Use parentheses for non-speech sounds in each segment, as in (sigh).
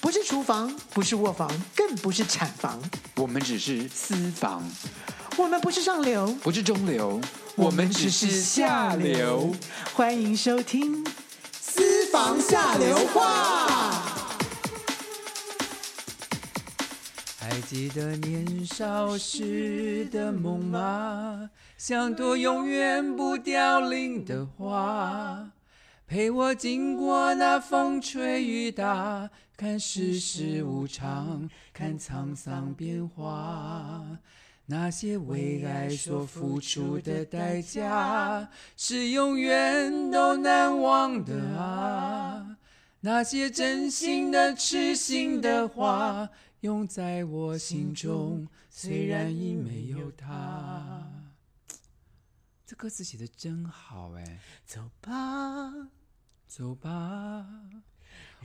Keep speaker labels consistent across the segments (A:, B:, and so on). A: 不是厨房，不是卧房，更不是产房，
B: 我们只是私房，
A: 我们不是上流，
B: 不是中流，
A: 我
B: 我们只是下流。。
A: 欢迎收听《私房下流话》。
C: 还记得年少时的梦吗？像朵永远不凋零的花，陪我经过那风吹雨打，看世事无常，看沧桑变化。那些为爱所付出的代价，是永远都难忘的啊！那些真心的、痴心的话，永在我心中，虽然已没有他。这歌词写的真好哎！
A: 走吧，
C: 走吧，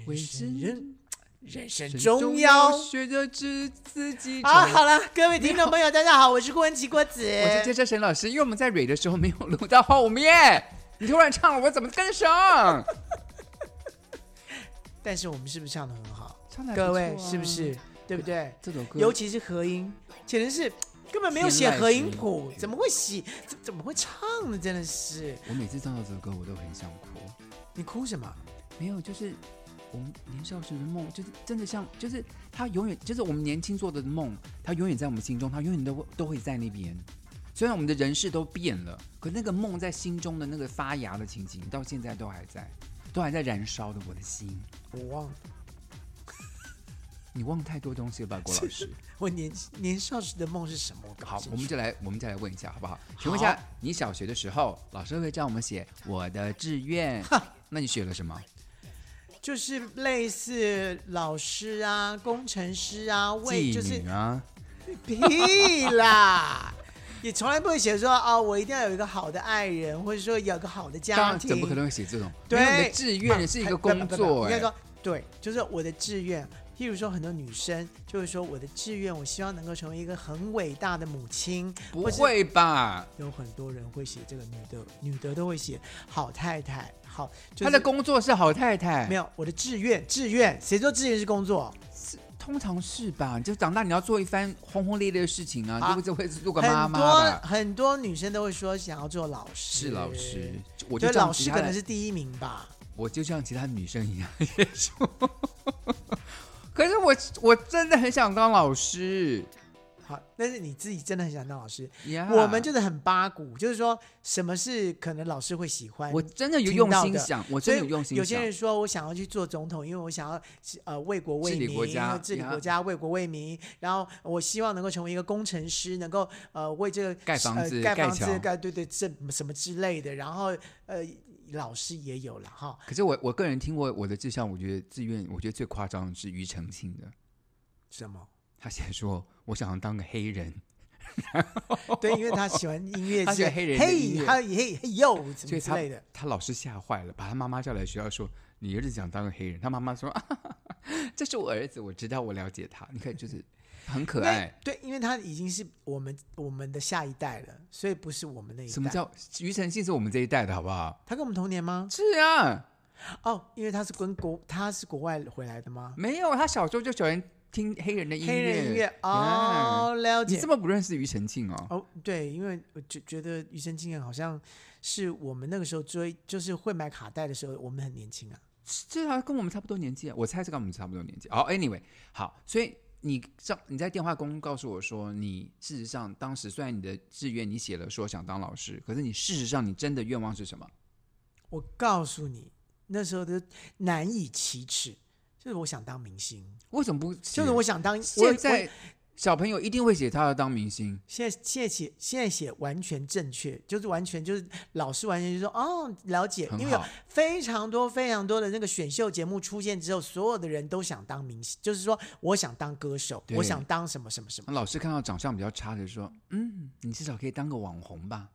C: 为生
A: 人人生
C: 人
A: 重
C: 中
A: 要。
C: 学着知自己。
A: 啊，好了，各位听众朋友，大家好，我是郭文琪郭子。
C: 我是接着沈老师，因为我们在蕊的时候没有录到后面，你突然唱了，我怎么跟上？
A: 但是我们是不是唱的很好？
C: 唱得还不错啊
A: 各位是不是？对不对？
C: (laughs) 这首歌
A: 尤其是和音，简直是根本没有写
C: 天籁
A: 和音
C: 之
A: 谱，怎么会写？怎怎么会唱呢？真的是，
C: 我每次唱到这首歌，我都很想哭。
A: 你哭什么？
C: 没有，就是我们年少时的梦，就是真的像，就是它永远，就是我们年轻做的梦，它永远在我们心中，它永远都会都会在那边。虽然我们的人事都变了，可那个梦在心中的那个发芽的情景，到现在都还在，都还在燃烧的我的心。
A: 我忘了，
C: 你忘太多东西了吧，郭老师？
A: 我年年少时的梦是什么？我搞不
C: 好，
A: 清
C: 我们
A: 楚
C: 就来，我们就来问一下，好不好？请问一下，你小学的时候，老师会叫我们写我的志
A: (laughs)
C: 愿，那你写了什么？
A: 就是类似老师啊、工程师啊、为
C: 妓
A: 就是
C: 女啊，
A: (laughs) 屁啦。也从来不会写说哦，我一定要有一个好的爱人，或者说有个好的
C: 当
A: 家
C: 然
A: 庭。
C: 怎么可能会写这种？
A: 对，
C: 没有你的志愿是一个
A: 不不不
C: 工作、
A: 不
C: 哎。
A: 应该说对，就是我的志愿。譬如说，很多女生就会说我的志愿，我希望能够成为一个很伟大的母亲。
C: 不
A: 或是
C: 会吧？
A: 有很多人会写这个女的，女的都会写好太太，好。就是、
C: 她的工作是好太太，
A: 没
C: 有，
A: 有我的志愿，志愿谁说志愿是工作？
C: 通常是吧？你就长大你要做一番轰轰烈烈的事情啊，
A: 啊
C: 你就会会做个
A: 很
C: 妈妈
A: 多
C: 吧？
A: 很多女生都会说想要做老师，
C: 是老师，，就我
A: 我
C: 就
A: 觉得
C: 像
A: 老
C: 其
A: 师
C: 他
A: 可
C: 的
A: 能是第一名吧。
C: 我就像其他女生一样也说。可是我我真的很想当老师
A: 好，但是你自己真的很想当老师，
C: 呀
A: 我们就是很八股，就是说什么是可能老师会喜欢。
C: 我真的有
A: 听
C: 用
A: 到
C: 心
A: 的
C: 想，我
A: 所
C: 真
A: 以
C: 的有用心
A: 有
C: 想。
A: 些人说我想要去做总统，因为我想要呃为国为
C: 治理
A: 民，
C: 国家
A: 要治理
C: 呀
A: 国家，为国为民。然后我希望能够成为一个工程师，能够呃为这个
C: 盖房子
A: 呃、盖
C: 盖
A: 房子、
C: 桥
A: 盖对对这什么之类的。然后呃老师也有了哈，
C: 可是我我个人听过我的志向，我觉得志愿，我觉得最夸张的是庾澄庆的，
A: 什么？
C: 他写说我想当个黑人，，
A: (laughs) 对，因为他喜欢音乐
C: (laughs) 他喜欢
A: 是
C: 黑人的音
A: 嘿，
C: 乐
A: 他嘿嘿哟什
C: 所
A: 么
C: 以
A: 之
C: 他
A: 类的。
C: 他老师吓坏了，把他妈妈叫来学校说：“你儿子想当个黑人。”他妈妈说：“ (laughs) 啊、哈哈哈这是我儿子，我知道，我了解他。你看，就是很可
A: 因为
C: 爱。
A: 对，因为他已经是我们我们的下一代了，所以不是我们那一代。
C: 什么叫庾澄庆是我们这一代的好不好？
A: 他跟我们同年吗？
C: 是啊，
A: 哦，因为他是跟国他是国外回来的吗？
C: 没有他小时候就喜欢听黑人的音乐。
A: 黑人音乐
C: 呀
A: 哦，了
C: 你
A: 解
C: 这。么不认识庾澄庆哦？
A: 哦，对，因为我觉觉得庾澄庆好像是我们那个时候追，就是会买卡带的时候，我们很年轻啊。
C: 是啊，跟我们差不多年纪啊，我猜是跟我们差不多年纪。好、a n y w a y 好，所以你上你在电话中告诉我说，你事实上当时虽然你的志愿你写了说想当老师，可是你事实上你真的愿望是什么？
A: 我告诉你，那时候的难以启齿，就是我想当明星，
C: 为什么不？
A: 就是我想当我
C: 现在小朋友一定会写他要当明星，
A: 现在现在写现在写完全正确，就是完全就是老师完全就说哦了解，
C: 很
A: 因为有
C: 好。
A: 非常多非常多的那个选秀节目出现之后，所有的人都想当明星，就是说我想当歌手，
C: 对
A: 我想当什么什么什么。
C: 那老师看到长相比较差的说，嗯，你至少可以当个网红吧。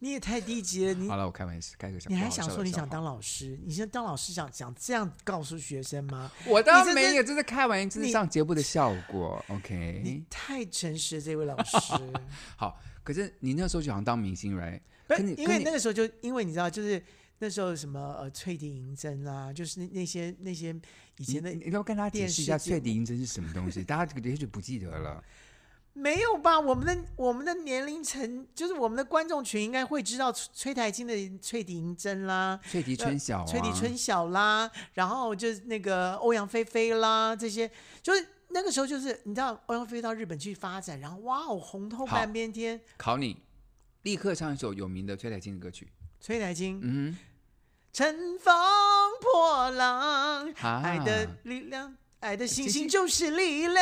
A: 你也太低级了，你
C: 好了，我开玩笑，开个小。
A: 你还
C: 不好笑
A: 想
C: 的
A: 说你
C: 笑
A: 想
C: 话
A: 当老师？你想当老师想想这样告诉学生吗？
C: 我当
A: 你这
C: 然没
A: 是
C: 有，这是开玩笑，这
A: 你
C: 是上哎节目的效果。OK，
A: 你太诚实了，这位老
C: (laughs)
A: 师。
C: 好，可是你那时候就想当明星，right？
A: 不
C: 可
A: 是
C: 你
A: 因
C: 可
A: 为
C: 你
A: 那个时候就因为你知道，就是那时候什么呃翠笛银针啦，就是那那些那些以前的
C: 你你要不要跟大家解
A: 电
C: 释一
A: 视
C: 下
A: 节
C: 翠笛银针是什么东西？大家也许不记得了。
A: 没有吧？我们的我们的年龄层，就是我们的观众群应该会知道崔崔台金的翠笛银针啦，
C: 翠笛春晓、啊，
A: 崔迪春晓啦，然后就是那个欧阳菲菲啦，这些就是那个时候就是你知道欧阳菲菲到日本去发展，然后哇哦红透
C: 好
A: 半边天，
C: 考你，立刻唱一首有名的崔台金的歌曲。
A: 崔台金。
C: 嗯
A: 乘风破浪，
C: 哼，啊
A: 爱的力量，爱的信
C: 这
A: 心
C: 些
A: 就是力量。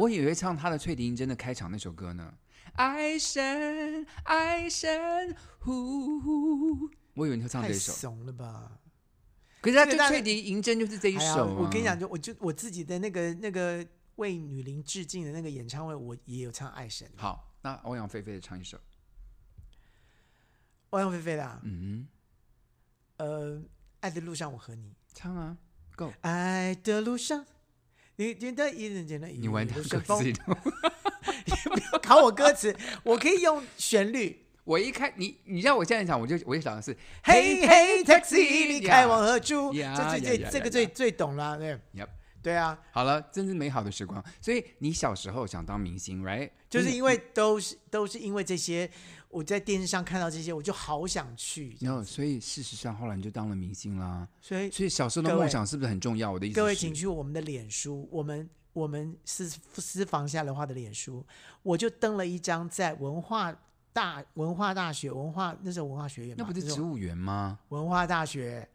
C: 我以为唱他的《翠笛银针》的开场那首歌呢。爱神，爱神，呼呼。我以为你会唱
A: 太
C: 这首，
A: 怂了吧！
C: 可是他
A: 这
C: 就
A: 个大概
C: 翠笛银针就是这一
A: 哎呀，
C: 首、啊
A: 我跟你讲，，就我就我自己的那个那个为女伶致敬的那个演唱会，我也有唱《爱神》，
C: 好，那欧阳菲菲的唱一首。
A: 欧阳菲菲的、啊，
C: 嗯，
A: 呃，爱的路上我和你，
C: 唱啊，Go。
A: 爱的路上。你觉得一人间的
C: 你玩
A: 一
C: 他
A: 路
C: 歌
A: 顺风 (laughs)
C: 词， (laughs) 都
A: 不要考我歌词，我可以用旋律。
C: 我一开你，你让我现在讲，我就我就想的是，
A: 嘿
C: 嘿
A: 嘿
C: 嘿
A: ，taxi，
C: ，taxi，
A: 你开往何处？
C: 呀
A: 这最最
C: 呀呀
A: 这
C: 呀
A: 个
C: 呀
A: 最最懂了，啊对
C: Yep
A: 对啊，
C: 好了，真是美好的时光。所以你小时候想当明星，right？
A: 就是
C: 真的
A: 因为都是都是因为这些，我在电视上看到这些，我就好想去。
C: 然后，所以事实上后来你就当了明星啦。
A: 所以
C: 所以小时候的
A: 各位
C: 梦想是不是很重要？我的意思是，
A: 各位请去我们的脸书，我们我们私私房下的话的脸书，我就登了一张在文化大文化大学文化那时候文化学院
C: 那
A: 嘛，
C: 不是
A: 那时候
C: 植物园吗？
A: 文化大学，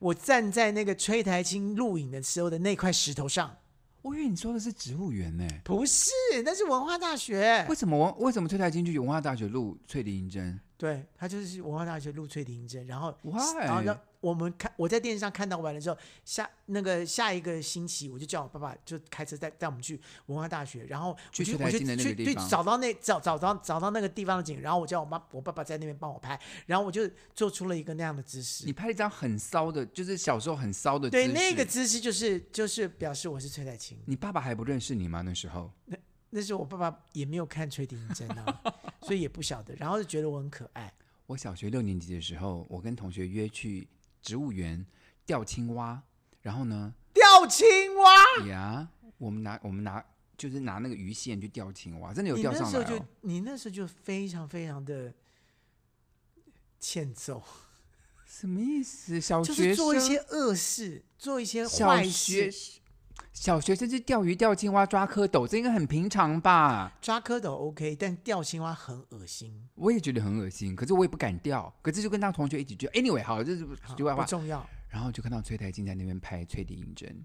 A: 我站在那个崔台青录影的时候的那块石头上，
C: 我以为你说的是植物园呢、
A: 不是，那是文化大学
C: 为。什么我为什么崔台金去文化大学录翠林银针？
A: 对他就是文化大学陆翠玲真，然后
C: Why？
A: 然后让我们看我在电视上看到完了之后，下那个下一个星期我就叫我爸爸就开车带带我们去文化大学，然后我
C: 去
A: 就
C: 翠
A: 我
C: 台
A: 就
C: 金的那个
A: 去
C: 地
A: 对
C: 方
A: 找到那找找到找到那个地方的景，然后我叫我妈我爸爸在那边帮我拍，然后我就做出了一个那样的姿势
C: 你。拍了一张很骚的，就是小时候很骚的姿
A: 对，
C: 势。
A: 那个姿势就是就是表示我是崔太清，
C: 你爸爸还不认识你吗？那时候
A: 那时候我爸爸也没有看崔玲真啊， (laughs) 所以也不晓得，然后就觉得我很可爱。
C: 我小学六年级的时候，我跟同学约去植物园钓青蛙，然后呢，
A: 钓青蛙，
C: 呀、我们拿我们拿就是拿那个鱼线去钓青蛙，真的有
A: 你
C: 钓
A: 那
C: 上
A: 时
C: 来、
A: 候
C: 哦。
A: 就你那时候就非常非常的欠揍，
C: 什么意思？小
A: 就
C: 学生
A: 是做一些恶事，做一些
C: 小
A: 坏
C: 学
A: 事，
C: 小学生去钓鱼、钓青蛙、抓蝌蚪，这应该很平常吧？
A: 抓蝌蚪 OK，但钓青蛙很恶心。
C: 我也觉得很恶心，可是我也不敢钓，可是就跟他同学一起去。Anyway，好，这是
A: 好
C: 题外
A: 不
C: 话。
A: 重要。
C: 然后就看到崔台金在那边拍崔迪银针，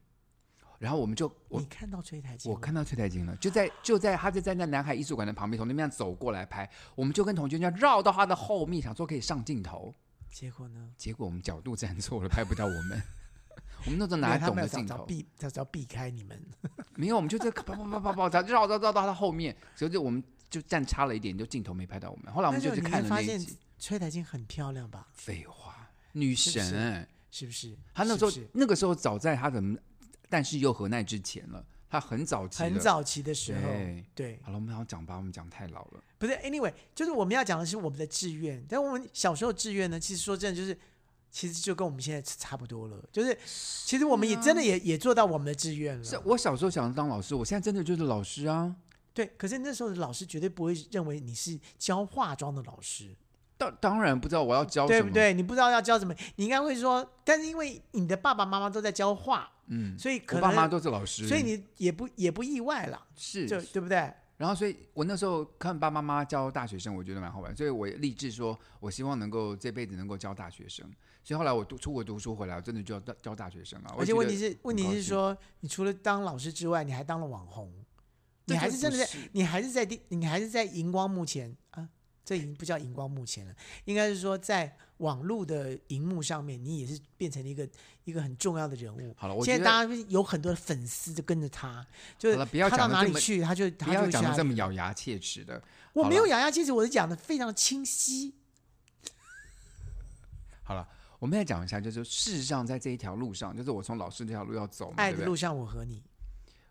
C: 然后我们就我
A: 你看到这一台
C: 我看到崔台金了，就在就在他就站在南海艺术馆的旁边，从那边走过来拍，我们就跟同学这样绕到他的后面，想说可以上镜头，
A: 结果呢？
C: 结果我们角度站错了，拍不到我们。我们那时候哪
A: 没有
C: 里
A: 他
C: 懂
A: 们要
C: 得
A: 早
C: 镜
A: 早
C: 头？
A: 避，早早避开你们。
C: 没有，我们就在啪啪啪啪啪，他绕绕绕到他后面，所以就我们就站差了一点，就镜头没拍到我们。后来我们
A: 但
C: 就是去
A: 你
C: 看
A: 会
C: 了
A: 发
C: 那一
A: 现
C: 集。
A: 崔台金很漂亮吧？
C: 废话，女
A: 是不
C: 神、
A: 是
C: 欸，
A: 是不是？
C: 她那
A: 是
C: 时候
A: 不是
C: 那个时候早在她的《但是又何奈》之前了，她很早期
A: 很
C: 了
A: 早期的时候，
C: 对。
A: 对，
C: 好了，我们好像讲吧，我们讲太老了。
A: 不是，anyway，就是我们要讲的是我们的志愿，但我们小时候志愿呢，其实说真的就是，其实就跟我们现在差不多了，就是其实我们也真的也、也做到我们的志愿
C: 啊是
A: 了。
C: 我小时候想当老师，我现在真的就是老师啊。
A: 对，可是那时候的老师绝对不会认为你是教化妆的老师，
C: 当当然不知道我要教什么，
A: 对不？对？你不知道要教什么，你应该会说，但是因为你的爸爸妈妈都在教画，
C: 嗯，
A: 所以可
C: 我
A: 能
C: 爸妈都是老师，
A: 所以你也不也不意外了，
C: 是
A: 就对不对？
C: 然后，所以我那时候看爸爸妈妈教大学生，我觉得蛮好玩，所以我也立志说，我希望能够这辈子能够教大学生。所以后来我读出国读书回来，我真的就要教教大学生啊。
A: 而且问题
C: 是，
A: 是，问题
C: 高
A: 是
C: 兴
A: 说，你除了当老师之外，你还当了网红，
C: 这
A: 你还
C: 就是
A: 真的在
C: 不是，
A: 你还是在地，你还是在荧光幕前啊，这已经不叫荧光幕前了，应该是说在网络的荧幕上面，你也是变成了一个一个很重要的人物。
C: 好了我
A: 现在
C: 觉得
A: 大家有很多的粉丝就跟着他，就
C: 好
A: 是
C: 了不要
A: 他到
C: 讲得
A: 哪
C: 这
A: 里
C: 么
A: 去，他就他
C: 不要
A: 就
C: 讲的
A: 下
C: 这
A: 来。
C: 么咬牙切齿的。
A: 我
C: 好
A: 没有
C: 了
A: 咬牙切齿，我是讲的非常清晰。
C: 好了，我们再讲一下，就是事实上在这一条路上，就是我从老师这条路要走嘛，
A: 爱
C: 嗯对
A: 的
C: 不对
A: 路上，我和你，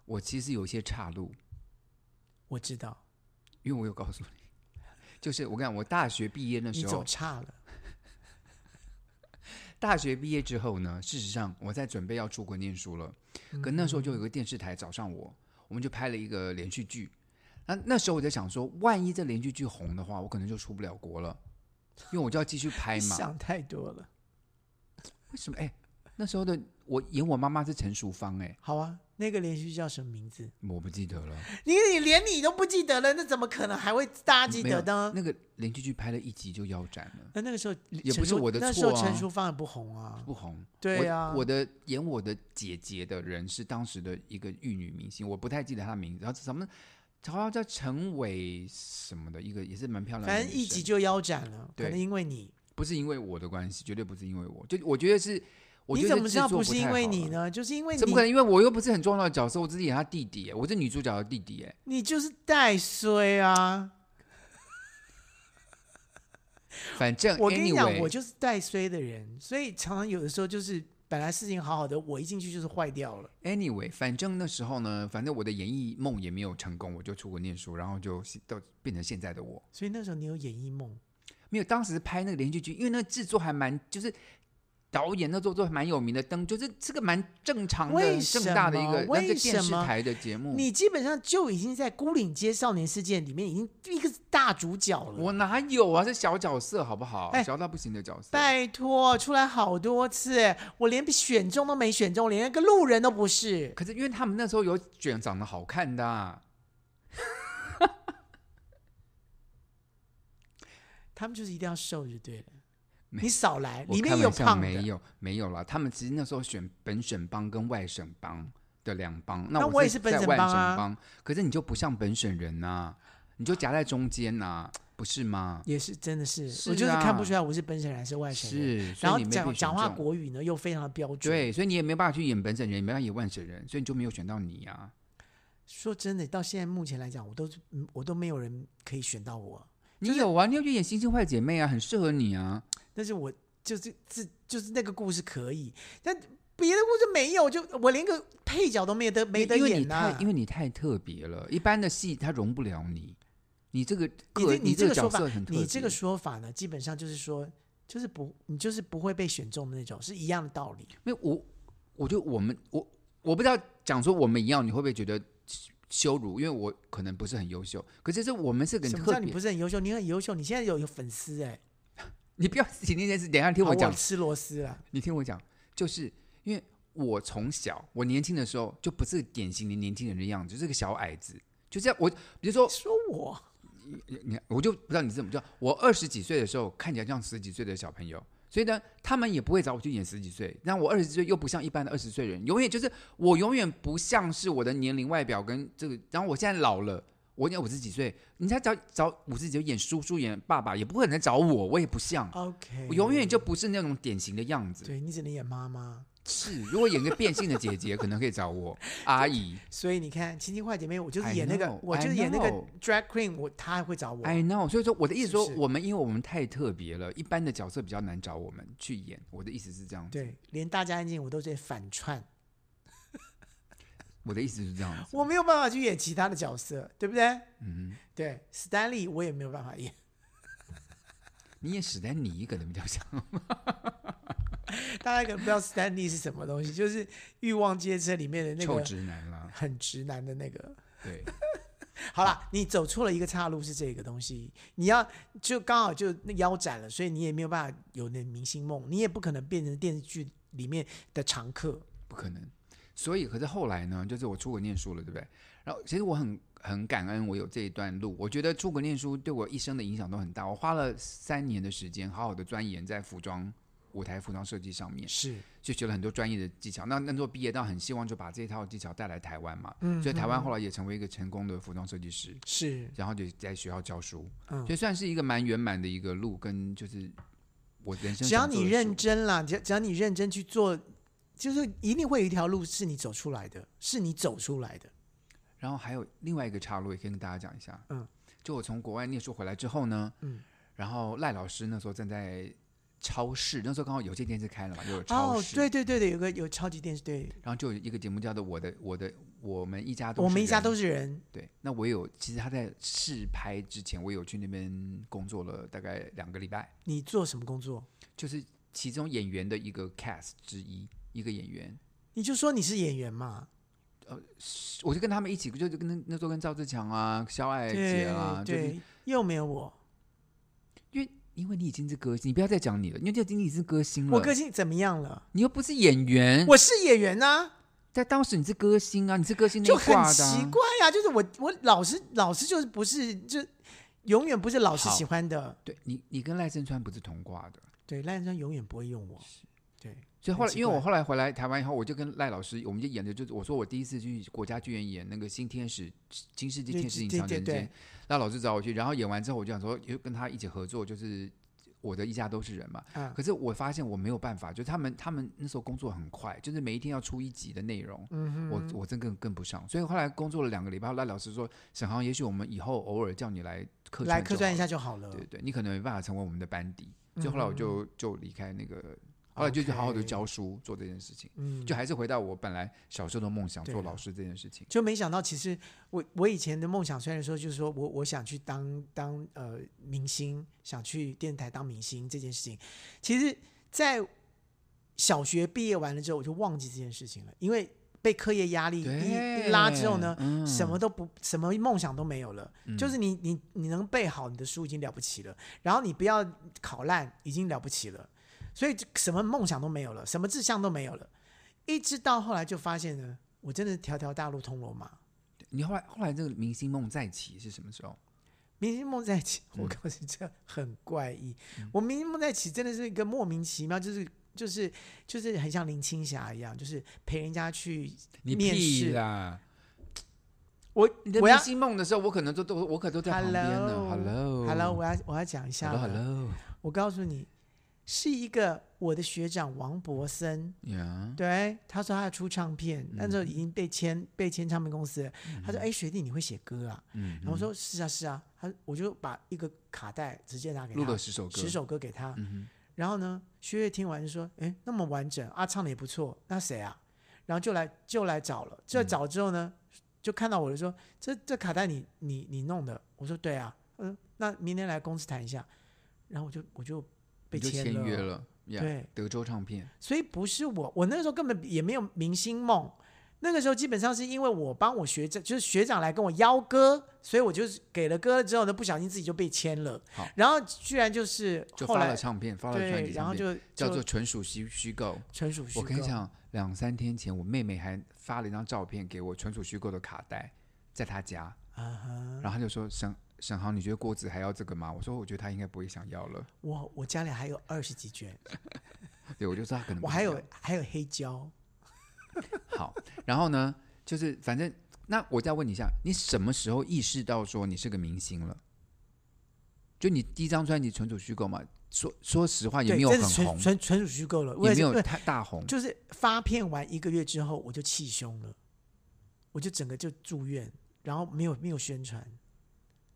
C: 我其实有一些岔路，
A: 我知道
C: 因为我有告 (laughs) 诉你，就是我跟你讲，我大学毕业那
A: 你
C: 时
A: 走
C: 候，
A: 差了。
C: 大学毕业之后呢，事实上我在准备要出国念书了，
A: 嗯
C: 可那时候就有个电视台找上我，我们就拍了一个连续剧。那那时候我在想说，万一这连续剧红的话，我可能就出不了国了，因为我就要继续拍
A: 你
C: 嘛。
A: 想太多了。
C: 为什么？哎、那时候的我演我妈妈是陈淑芳、哎，
A: 好啊，那个连续剧叫什么名字？
C: 我不记得了，
A: 你你连你都不记得了，那怎么可能还会大家记
C: 没有
A: 得呢？
C: 那个连续剧拍了一集就腰斩了，
A: 那那个时候
C: 也不是我的
A: 那时
C: 错
A: 候
C: 啊
A: 陈淑芳也不红啊。
C: 不红。
A: 对啊
C: 我我的演我的姐姐的人是当时的一个玉女明星，我不太记得她的名字，然后什么，好像叫陈伟什么的，一个也是蛮漂亮的女
A: 反
C: 生。
A: 正一集就腰斩了，可
C: 对
A: 能因为你，
C: 不是因为我的关系，绝对不是因为我，就我觉得是，我觉
A: 你
C: 得
A: 怎么知道
C: 制作
A: 不
C: 不啊
A: 是因为你？呢？就是因为
C: 怎么可
A: 你，
C: 能？因为我又不是很重要的角色，我只是演她弟弟，哎我是女主角的弟弟，哎，
A: 你就是带衰啊！
C: 反正
A: 我跟你讲，
C: 呃 anyway
A: 我就是带衰的人，所以常常有的时候就是本来事情好好的，我一进去就是坏掉了。
C: Anyway，反正那时候呢，反正我的演艺梦也没有成功，我就出国念书，然后就到变成现在的我。
A: 所以那时候你有演艺梦，
C: 没有，当时拍那个连续剧，因为那制作还蛮，就是导演那做做还蛮有名的灯，就是这个蛮正常
A: 为
C: 的、
A: 什
C: 正
A: 么
C: 大的一个，那
A: 为
C: 个电
A: 什
C: 视
A: 么
C: 台的节目。
A: 你基本上就已经在《孤岭街少年事件》里面已经一个大主角了。
C: 我哪有啊？是小角色好不好？
A: 哎
C: 小到不行的角色。
A: 拜托，出来好多次，我连选中都没选中，连个路人都不是。
C: 可是因为他们那时候有卷长得好看的、啊，
A: 他们就是一定要瘦就对了。
C: 没
A: 你少来，
C: 我
A: 里面
C: 开
A: 有
C: 玩笑
A: 胖的
C: 没。有没有啦，他们其实那时候选本省帮跟外省帮的两帮，
A: 那我
C: 我
A: 也是本
C: 在
A: 省
C: 外
A: 帮
C: 省
A: 啊
C: 帮，可是你就不像本省人呐、你就夹在中间呐、不是吗？
A: 也是，真的是，
C: 是
A: 我就是
C: 啊
A: 看不出来我是本省人还是外省人。
C: 是，所
A: 然
C: 以
A: 后
C: 你没被
A: 讲
C: 选
A: 讲话
C: 中
A: 国语呢又非常的标准。，
C: 对，所以你也没办法去演本省人，也没办法演外省人，所以你就没有选到你啊。
A: 说真的，到现在目前来讲，我都是嗯我都没有人可以选到我，
C: 你有啊，你要去演《星星坏姐妹》啊，很适合你啊。
A: 但是我就是这就是那个故事可以，但别的故事没有，就我连个配角都没得没得
C: 因为你
A: 演呐、
C: 太因为你太特别了，一般的戏它容不了你。你这个
A: 你
C: 个
A: 这你
C: 这
A: 这
C: 个
A: 个
C: 角
A: 说法
C: 色很，特别，
A: 你这个说法呢，基本上就是说，就是不，你就是不会被选中的那种，是一样的道理。
C: 没有我，我觉得我们我我不知道讲说我们一样，你会不会觉得羞羞辱？因为我可能不是很优秀，可是这我们是个很
A: 什么叫
C: 特
A: 你
C: 别。
A: 不是很优秀？你很优秀，你现在有有粉丝哎、
C: 你不要提那件事，等一下听
A: 好
C: 我讲，
A: 吃螺丝了。
C: 你听我讲，就是因为我从小我年轻的时候就不是典型的年轻人的样子，就是个小矮子。就这样，我比如说，
A: 说我
C: 你你我就不知道你怎么叫。我二十几岁的时候看起来像十几岁的小朋友，所以呢，他们也不会找我去演十几岁。但我二十岁又不像一般的二十岁人，永远就是我永远不像是我的年龄、外表跟这个。然后我现在老了，我演五十几岁，人家找找五十几岁演叔叔、演爸爸，也不会来找我，我也不像，
A: OK，
C: (laughs) 我永远就不是那种典型的样子。
A: 对你只能演妈妈。
C: 是，如果演个变性的姐姐，可能可以找我阿姨。
A: 所以你看，《亲亲坏姐妹》，我就是
C: I
A: 演那个
C: know，
A: 我
C: I
A: 就是演那个
C: know
A: drag queen，我她还会找我。
C: I know，所以说我的意思说，
A: 是不是
C: 我们因为我们太特别了，一般的角色比较难找我们去演。我的意思是这样子，
A: 对，连大家安静我都在反串，
C: (laughs) 我的意思是这样子。
A: 我没有办法去演其他的角色，对不对？
C: 嗯
A: 对，Stanley 我也没有办法演，
C: 哼，你演史丹尼可能比较像，
A: 大家可能不知道 Stanley 是什么东西，就是《欲望街车》里面的那
C: 臭
A: 个
C: 直男啦。
A: 很直男的那个。
C: 对，
A: (laughs) 好啦，你走错了一个岔路是这个东西，你要就刚好就那腰斩了，所以你也没有办法有那明星梦，你也不可能变成电视剧里面的常客。
C: 不可能。所以，可是后来呢，就是我出国念书了，对不对？然后，其实我很很感恩我有这一段路。我觉得出国念书对我一生的影响都很大。我花了三年的时间，好好的钻研在服装、舞台服装设计上面。
A: 是，
C: 就学了很多专业的技巧。那那时候毕业，到很希望就把这一套技巧带来台湾嘛。
A: 嗯
C: 所以台湾后来也成为一个成功的服装设计师，
A: 是，
C: 然后就在学校教书，
A: 嗯
C: 所以算是一个蛮圆满的一个路，跟就是我人生
A: 只要
C: 想做
A: 你
C: 的
A: 认
C: 事
A: 真啦，只要只要你认真去做，就是一定会有一条路是你走出来的，是你走出来的。
C: 然后还有另外一个岔路，也可以跟大家讲一下。
A: 嗯，
C: 就我从国外念书回来之后呢，
A: 嗯，
C: 然后哦赖老师那时候站在超市，那时候刚好有线电视开了嘛，就有超
A: 哦，
C: 市，
A: 对对对对，有个有超级电视，对
C: 然后就有一个节目叫做《我的我的我们一家都
A: 我们一家
C: 人
A: 都是人，
C: 对，那我有，其实他在试拍之前，我有去那边工作了大概两个礼拜，
A: 你做什么工作？
C: 就是其中演员的一个 cast 之一，一个演员。
A: 你就说你是演员嘛，
C: 我就跟他们一起，就是跟那那时候跟赵自强啊、肖爱杰啊，就是
A: 对，又没有我，
C: 因为因为你已经是歌星，你不要再讲你了，因为这已经是歌星了，
A: 我歌星怎么样了？
C: 你又不是演员，
A: 我是演员呐、
C: 在当时你是歌星啊，你是歌星那
A: 就
C: 一
A: 很
C: 挂的啊、
A: 奇怪呀、就是我我老师老师就是不是就永远不是老师
C: 好
A: 喜欢的，
C: 对你，你跟赖声川不是同挂的，
A: 对赖声川永远不会用我，对，
C: 所以后来，
A: 很奇
C: 因为
A: 怪
C: 我后来回来台湾以后，我就跟赖老师，我们就演的就是我说我第一次去国家剧院演那个《新天使》《新世纪
A: 对
C: 天使
A: 对
C: 隐
A: 对
C: 藏人
A: 对
C: 间》，赖老师找我去，然后演完之后，我就想说，又跟他一起合作，就是我的一家都是人嘛。
A: 啊，
C: 可是我发现我没有办法，就他们他们那时候工作很快，就是每一天要出一集的内容，
A: 嗯
C: 我我真跟跟不上。所以后来工作了两个礼拜，赖老师说，沈航，也许我们以后偶尔叫你来
A: 哼，
C: 客串，
A: 来客串一下，就好了，
C: 对对，你可能没办法成为我们的班底。所以后来
A: 嗯
C: 我就就离开那个，后来就
A: OK
C: 好好的教书做这件事情。
A: 嗯，
C: 就还是回到我本来小时候的梦想，
A: 对
C: 做
A: 啊
C: 老师这件事情。
A: 就没想到，其实我我以前的梦想，虽然说就是说我我想去当当呃明星，想去电台当明星这件事情，其实，在小学毕业完了之后，我就忘记这件事情了，因为被课业压力一
C: 对，
A: 一拉之后呢，
C: 嗯
A: 什么都不，什么梦想都没有了。就是你你你能背好你的书已经了不起了，然后你不要考烂已经了不起了，所以什么梦想都没有了，什么志向都没有了，一直到后来就发现呢，我真的是条条大路通罗马，
C: 你后来后来这个明星梦再起是什么时候？
A: 明星梦在起，
C: 嗯
A: 我告诉你，这很怪异。我明星梦在起真的是一个莫名其妙，就是。就是就是很像林青霞一样，就是陪人家去
C: 你
A: 面
C: 屁
A: 试
C: 啦！
A: 我
C: 你的
A: 我要
C: 明星梦的时候，我可能都都我可能都在旁边呢。Hello，Hello，
A: Hello，我要我要讲一下了
C: Hello，Hello，
A: 我告诉你，是一个我的学长王博森，
C: 呀，
A: 对，他说他要出唱片，
C: 嗯
A: 那时候已经被签被签唱片公司了。他说：“哎，学弟，你会写歌啊？”
C: 嗯
A: 然后我说：“是啊，是啊。”他我就把一个卡带直接拿给
C: 录了
A: 他，
C: 十首歌，
A: 十首歌给他。
C: 嗯
A: 然后呢，薛岳听完就说：“哎，那么完整啊，唱的也不错，那谁啊？”然后就来就来找了，
C: 嗯
A: 这找之后呢，就看到我就说：“这这卡带你你你弄的？”我说：“对啊，嗯，那明天来公司谈一下。”然后我就我就
C: 哼，
A: 被
C: 你就签约了。呀，
A: 对，
C: 德州唱片，
A: 所以不是我，我那个时候根本也没有明星梦。那个时候基本上是因为我帮我学长，就是学长来跟我邀歌，所以我就是给了歌了之后呢，不小心自己就被签了
C: 好。
A: 然后居然就是
C: 就
A: 后
C: 发
A: 来
C: 了唱片，发了专
A: 对，
C: 辑
A: 然后
C: 唱片，
A: 就
C: 叫
A: 就
C: 做纯属虚虚构。
A: 纯属虚
C: 我
A: 构
C: 跟你。讲，两三天前我妹妹还发了一张照片给我，纯属虚构的卡带，在她家，
A: 啊哈，
C: 然后她就说：“沈沈航，你觉得郭子还要这个吗？”我说：“我觉得他应该不会想要了。
A: 我我家里还有二十几卷，”
C: 对，我就说他可能
A: 我
C: 不
A: 还
C: 想
A: 有还有黑胶。
C: 要好。然后呢，就是反正那我再问你一下，你什么时候意识到说你是个明星了？就你第一张专辑纯属虚构嘛，说说实话也
A: 对，
C: 没有
A: 这
C: 很
A: 是纯
C: 红，
A: 纯纯属虚构了。我也
C: 也没
A: 是
C: 有
A: 对，
C: 太大红。
A: 就是发片完一个月之后，我就气胸了，我就整个就住院，然后没有没有宣传。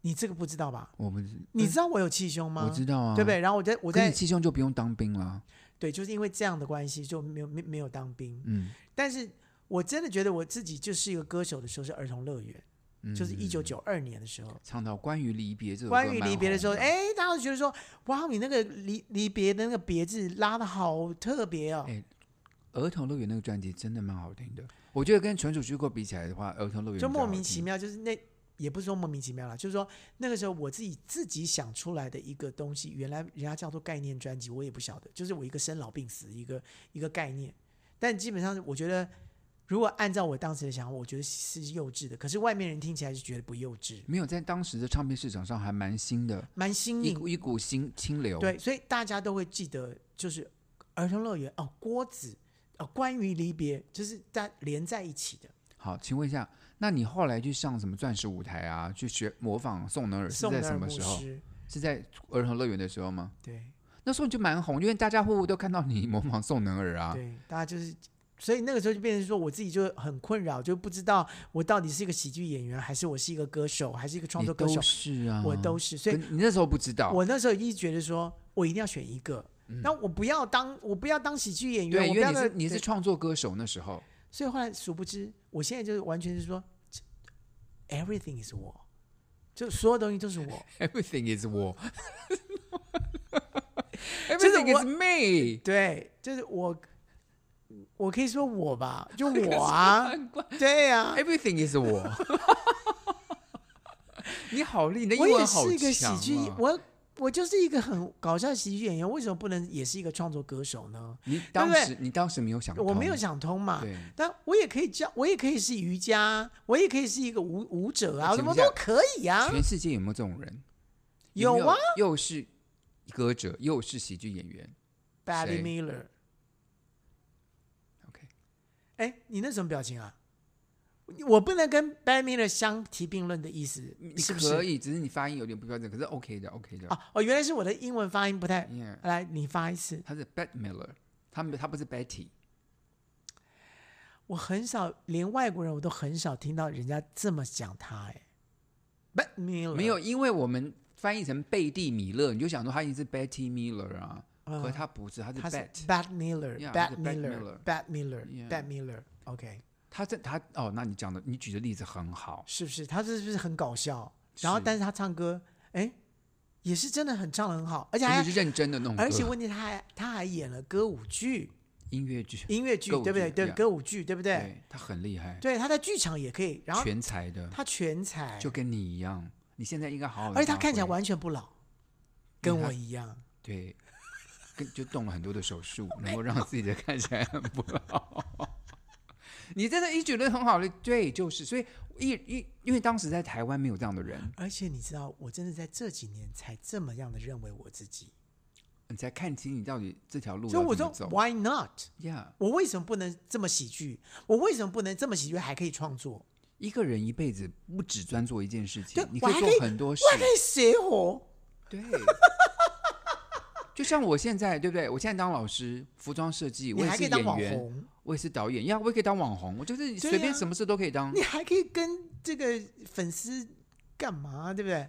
A: 你这个不知道吧？
C: 我不知，
A: 你知道我有气胸吗？
C: 嗯我知道啊，
A: 对不对？然后我在我
C: 可
A: 在
C: 你气胸就不用当兵了，
A: 对，就是因为这样的关系，就没有没没有当兵。
C: 嗯，
A: 但是我真的觉得我自己就是一个歌手的时候是儿童乐园，
C: 嗯
A: 就是一九九二年的时候。
C: 唱到关于离别这首歌
A: 关于
C: 蛮
A: 离别的时候，
C: 红
A: 哎，大家都觉得说，哇，你那个离离别的那个别字拉的好特别哦
C: 哎。儿童乐园那个专辑真的蛮好听的。我觉得跟纯属虚构比起来的话，儿童乐园
A: 就
C: 比较
A: 莫
C: 好
A: 名
C: 听
A: 其。妙，就是那也不是说莫名其妙啦，就是说那个时候我自己自己想出来的一个东西，原来人家叫做概念专辑，我也不晓得，就是我一个生老病死一个一个概念，但基本上我觉得。如果按照我当时的想法，我觉得是幼稚的，可是外面人听起来就觉得不幼稚，
C: 没有在当时的唱片市场上还蛮新的，
A: 蛮新
C: 一
A: 颖。
C: 股一股新清流。
A: 对，所以大家都会记得，就是儿童乐园哦，郭子哦，关于离别，就是大连在一起的。
C: 好，请问一下，那你后来去上什么钻石舞台啊？去学模仿宋能尔呃是
A: 宋
C: 在
A: 德尔
C: 什么
A: 牧
C: 时候？
A: 师，
C: 是在儿童乐园的时候吗？
A: 对，
C: 那时候你就蛮红，因为大家户户都看到你模仿宋能尔啊。
A: 对，大家就是，所以那个时候就变成说，我自己就很困扰，就不知道我到底是一个喜剧演员，还是我是一个歌手，还是一个创
C: 你
A: 作歌手
C: 都，是啊，
A: 我都是。所
C: 跟
A: 以
C: 你那时候不知道，
A: 我那时候一直觉得说，我一定要选一个。那我不要当，我不要当喜剧演员，
C: (laughs) 嗯对，
A: 我
C: 因
A: 不
C: 为
A: 要
C: 你是
A: 当
C: 你是
A: 对
C: 创作歌手那时候，
A: 所以后来殊不知，我现在就是完全是说这，everything is 我，
C: (laughs)
A: 就所有东西都是我， (laughs)
C: Everything is war。
A: 就是我
C: Everything is me， (laughs)
A: 对，就是我，我可以说我吧，就我
C: (laughs)
A: 啊，对呀、
C: 哎
A: 啊，
C: Everything is 我。你好厉害，你的
A: 我
C: 英
A: 也
C: 文好
A: 是一个喜
C: 强、
A: 剧，
C: 啊。
A: 我我就是一个很搞笑的喜剧演员，为什么不能也是一个创作歌手呢？
C: 你当
A: 对不
C: 时你当时没有想通，
A: 我没有想啊通嘛
C: 对，
A: 但我也可以教，我也可以是瑜伽，我也可以是一个舞舞者啊，
C: 请
A: 什么
C: 问一下
A: 都可以啊，
C: 全世界有没有这种人？没
A: 有啊，
C: 又是歌者，又是喜剧演员。
A: b a d d
C: 谁
A: y Miller，
C: OK，
A: 哎，你那什么表情啊？我不能跟 b a d d y Miller 相提并论的意思，
C: 你
A: 是不
C: 可
A: 是？
C: 以，只是你发音有点不标准，可是 OK 的，OK 的。
A: 啊，哦，原来是我的英文发音不太
C: Yeah，
A: 来，你发一次。
C: 他是 Bet Miller，他没他不是 Betty。
A: 我很少，连外国人我都很少听到人家这么讲他、哎，不，没有，
C: 没有，，因为我们翻译成贝蒂米勒，你就想说他已经是 Betty Miller 啊，
A: 嗯
C: 可他不是，他是
A: 他是
C: Bet。
A: Bat Miller，Bat
C: Yeah，他是 Bette Miller
A: Miller，Bat
C: Yeah
A: Miller，Bat Miller，OK，
C: 他这他哦，那你讲的，你举的例子很好。
A: 是不是？他是不是很搞笑？然后，
C: 是
A: 但是他唱歌，哎，也是真的很唱的很好，而且
C: 而
A: 还
C: 且，是认真的那种歌，
A: 而且问题他还他还演了歌舞剧、
C: 音乐剧，
A: 音乐剧，
C: 歌舞
A: 对不对？
C: 剧
A: 对，
C: ，yeah
A: 歌舞剧，对不对？
C: 对他很厉害，
A: 对，他在剧场也可以，然后
C: 全才的，
A: 他全才，
C: 就跟你一样，你现在应该好好。
A: 而且他看起来，完全不老，跟
C: 因为他
A: 我一样。
C: 对，跟就动了很多的手 (laughs) 术，能够让自己的看起来很不老。 (laughs) 你真的一举论很好的，对，就是所以一一因为当时在台湾没有这样的人，
A: 而且你知道，我真的在这几年才这么样的认为我自己，
C: 你才看清你到底这条路
A: 所以我
C: 要怎
A: 说
C: 么走。
A: Why not？
C: 呀
A: 我为什么不能这么喜剧？我为什么不能这么喜剧还可以创作？
C: 一个人一辈子不只专做一件事情
A: 对，
C: 你
A: 我
C: 可以
A: 还
C: 做
A: 可以
C: 很多事
A: 我。还可以写火，
C: 对，就像我现在，对不对？我现在当老师，服装设计，
A: 你
C: 我也
A: 还
C: 是
A: 可以当
C: 演
A: 网
C: 员，
A: 红，
C: 我也是导演，呀，我也可以当网红，我就是随便
A: 啊
C: 什么事都可以当
A: 你。还可以跟这个粉丝干嘛？对不对？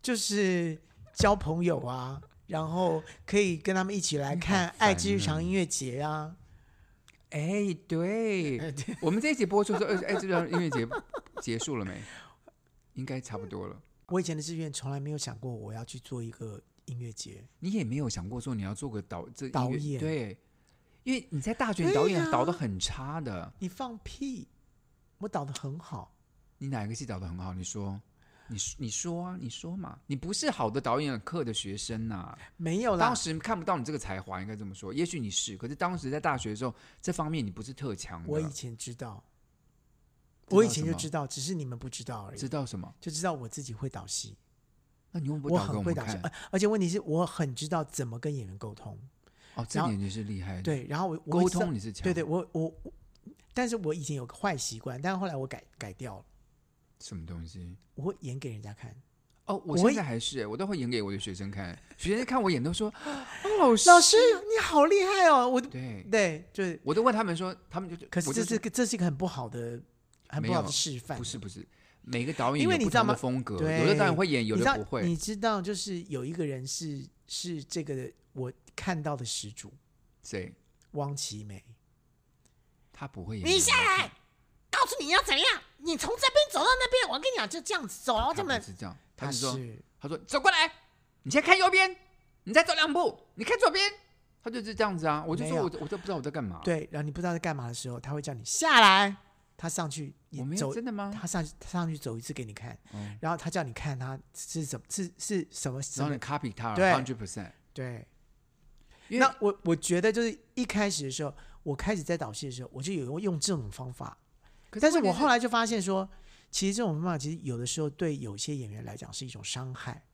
A: 就是交朋友啊，然后可以跟他们一起来看《
C: 啊
A: 爱之日常音乐节》啊。 (laughs)
C: 哎，对，我们这一集播出的时候，哎，这段音乐节 (laughs) 结束了没？应该差不多了。
A: 我以前的志愿从来没有想过我要去做一个音乐节，
C: 你也没有想过说你要做个导这音乐
A: 导演
C: 对，因为你在大学导演导的很差的，
A: 你放屁！我导的很好。
C: 你哪个戏导的很好？你说，你说你说啊，你说嘛，你不是好的导演课的学生呐、
A: 没有啦
C: 当，时看不到你这个才华，应该这么说。也许你是，可是当时在大学的时候，这方面你不是特强的。
A: 我以前知道，
C: 道
A: 我以前
C: 什
A: 就
C: 么
A: 知道，只是你们不知道而已
C: 知，道什么？
A: 就知道我自己会导戏，
C: 那你用不
A: 我
C: 导给
A: 很
C: 我
A: 会
C: 们
A: 导戏
C: 看，？
A: 呃而且问题是我很知道怎么跟演员沟通，
C: 哦，这
A: 呃然后
C: 点你是厉害的。，
A: 对，然后我我
C: 沟
A: 会知道
C: 通你是强。
A: 对对，，我我，我但是我以前有个坏习惯，但是后来我改改掉了，
C: 什么东西？
A: 我会演给人家看，
C: 哦，我
A: 我会
C: 现在还是，我都会演给我的学生看。学生看我演都说，啊老师，
A: 老师你好厉害哦，我
C: 对，
A: 对，就是，
C: 我都问他们说，他们就
A: 可是
C: 我就
A: 这是个这是一个很不好的，很
C: 没
A: 不好
C: 有
A: 的示范，
C: 不是不是，每个导演
A: 因为
C: 有
A: 你
C: 不
A: 知道
C: 同的
A: 吗
C: 风格，
A: 对
C: 有的导演会演，有
A: 你知
C: 的
A: 道
C: 不会。
A: 你知道，就是有一个人是是这个我看到的始祖
C: 谁？
A: 汪奇梅，
C: 他不会演。
D: 你下来，告诉你要怎样。你从这边走到那边，我跟你讲，就这样子走，然后
C: 他
D: 这么
C: 不是这样，他
A: 她
C: 是说。
A: 是
C: 他说：“走过来，你先看右边，你再走两步，你看左边。”他就是这样子啊，我就
A: 没
C: 说
A: 有
C: 我我都不知道我在干嘛。，
A: 对，然后你不知道在干嘛的时候，他会叫你下来，他上去也
C: 我没有
A: 走，
C: 真的吗？
A: 他上去他上去走一次给你看，
C: 嗯
A: 然后他叫你看他是什么是是什么什
C: 然后
A: 么
C: 你 copy 他
A: 对
C: hundred percent，
A: 对。
C: 因为
A: 那我我觉得就是一开始的时候，我开始在导戏的时候，我就有用这种方法，
C: 可
A: 但是
C: 问题
A: 我后来就发现说，其实这种方法其实有的时候对有些演员来讲是一种伤害，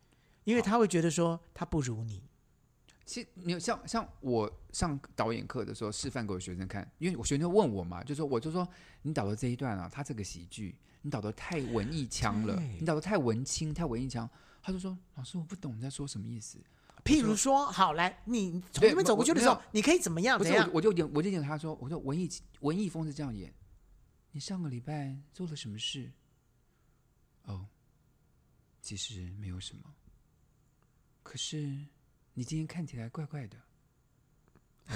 A: 因为他会觉得说他不如你。
C: 其实你有像像我上导演课的时候示范给我学生看，因为我学生问我嘛，就说我就说你导的这一段啊，他这个喜剧你导的太文艺腔了
A: 对，
C: 你导的太文青太文艺腔，他就说老师我不懂你在说什么意思。
A: 譬如说，好来，你从
C: 对
A: 那边走
C: 我
A: 过去的
C: 没
A: 时候
C: 有，
A: 你可以怎么样
C: 不
A: 啊怎
C: 是，我
A: 样
C: 就？我就演，我就演他说，我说文艺文艺风是这样演，你上个礼拜做了什么事？哦，其实没有什么，可是你今天看起来怪怪的。哦，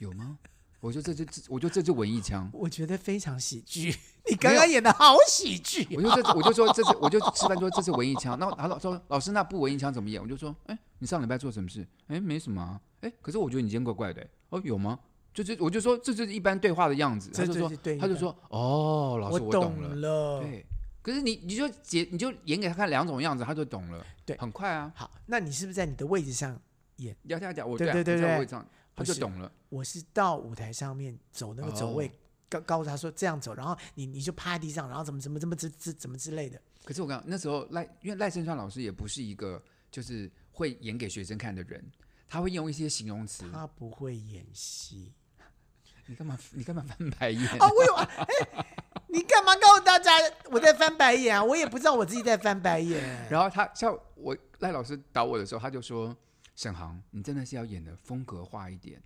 C: 有吗？我觉得这就这，我觉得这就文艺腔。
A: 我觉得非常喜
C: (laughs)
A: 剧。你刚刚演的好喜剧
C: 我就这，我就说这是，我就吃饭说这是文艺腔。那他老说老师那不文艺腔怎么演？我就说，哎，你上礼拜做什么事？哎，没什么啊。哎，可是我觉得你今天怪怪的。哦，有吗？就是我就说这就是一般对话的样子。他
A: 这就
C: 就
A: 是
C: 说
A: 对
C: 他就
A: 一般
C: 说哦，老
A: 我
C: 师懂
A: 懂
C: 了。
A: 了。
C: 对，可是你你就解你就演给他看两种样子，他就懂了。
A: 对
C: 很快啊，
A: 好，那你是不是在你的位置上？
C: 要要讲我
A: 对
C: 啊
A: 对对
C: 我在
A: 对
C: 我这样
A: 不
C: 他就是懂了。
A: 我是到舞台上面走那个走位，
C: 哦
A: 告告诉他说这样走，然后你你就趴在地上，然后怎么怎么怎么之之怎么之类的。
C: 可是我刚那时候赖，因为赖声川老师也不是一个就是会演给学生看的人，他会用一些形容词。
A: 他不会演戏
C: 你干嘛？你干嘛翻白眼？
A: 啊！我有啊，哎、你干嘛告诉大家我在翻白眼啊？我也不知道我自己在翻白
C: (laughs)
A: 眼。
C: 然后他像我赖老师导我的时候，他就说：“沈航，你真的是要演的风格化一点。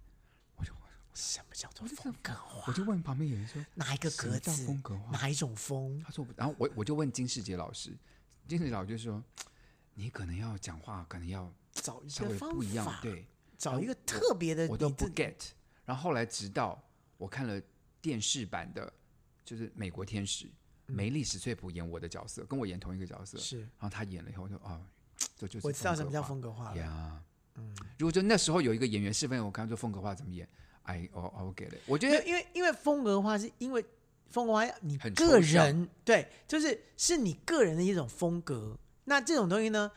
A: 什么叫做风格化？”
C: 我就问旁边有人说
A: 哪一个
C: 什么
A: 格
C: 叫
A: 子？
C: 风格化
A: 哪一种风：“？
C: 他说不。”然后我我就问金世杰老师，金世杰老师就说：“你可能要讲话，可能要
A: 找一
C: 稍
A: 个
C: 微
A: 方
C: 不一样，
A: 法，
C: 对
A: 找一个特别的，
C: 我
A: 你
C: 都
A: 这
C: 不 get。”然后后来直到我看了电视版的，就是《美国天使》，梅丽史翠普演我的角色，跟我演同一个角色，
A: 嗯是
C: 然后他演了以后，我就哦，这就是
A: 我知道什么叫
C: 化
A: 风格化了。
C: 呀，嗯，如果就那时候有一个演员示范，我刚刚说风格化怎么演，I O O 给了，我觉
A: 因为
C: 得
A: 因为因为风格化是因为风格化你
C: 很
A: 个
C: 抽象
A: 人对，就是是你个人的一种风格。那这种东西呢，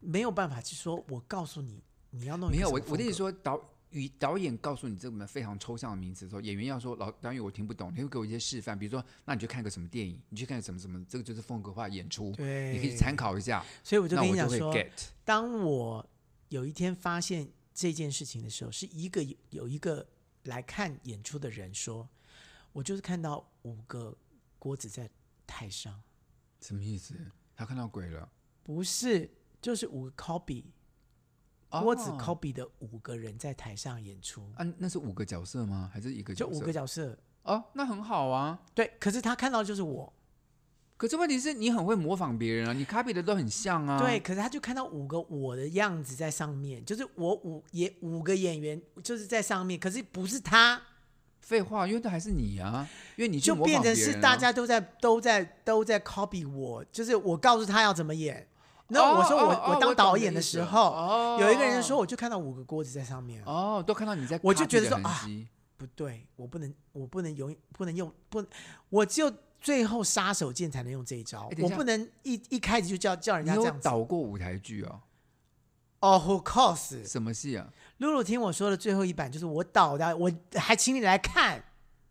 A: 没有办法去说，我告诉你你要弄一
C: 没
A: 个
C: 有
A: 什
C: 我
A: 么
C: 我跟
A: 风
C: 你
A: 格，
C: 说导与导演告诉你这么非常抽象的名词的时候，演员要说老导演我听不懂，你会给我一些示范，比如说那你去看个什么电影，你去看个什么什么，这个就是风格化演出，
A: 对，
C: 你可以参。考一下，
A: 所以我就
C: 那
A: 跟你
C: 我
A: 讲
C: 就会
A: 说，
C: get
A: 当我有一天发现这件事情的时候，是一个有一个来看演出的人说，我就是看到五个锅子在台上，
C: 什么意思？他看到鬼了，
A: 不是，就是五个 copy
C: 哦
A: 锅子 copy 的五个人在台上演出，
C: 啊？那是五个角色吗？还是一个角
A: 就
C: 色？
A: 五个角色。
C: 哦，那很好啊。
A: 对，可是他看到的就是我，
C: 可是问题是你很会模仿别人啊，你 copy 的都很像啊。
A: 对，可是他就看到五个我的样子在上面，就是我五也五个演员就是在上面，可是不是他，
C: 废话，因为那还是你啊，因为你去
A: 就
C: 模仿
A: 变成
C: 别
A: 是
C: 人啊
A: 大家都在都在都在 copy 我，就是我告诉他要怎么演。然后
C: 哦
A: 我说我、
C: 哦哦
A: 我当
C: 我懂
A: 导
C: 你
A: 演
C: 的
A: 的
C: 意思
A: 时
C: 了
A: 候，
C: 哦
A: 有一个人说我就看到五个锅子在上面，
C: 哦，都看到你在，
A: 我就觉得说啊
C: 痕迹，
A: 不对，我不能我不能用不能用不，我只有最后杀手锏才能用这一招
C: 哎，等一
A: 我
C: 下
A: 不能一一开始就叫叫人
C: 你
A: 家这
C: 有
A: 样子。
C: 导过舞台剧哦？
A: 哦、o f course，
C: 什么戏啊？
A: 露露听我说的最后一版就是我导的，我还请你来看，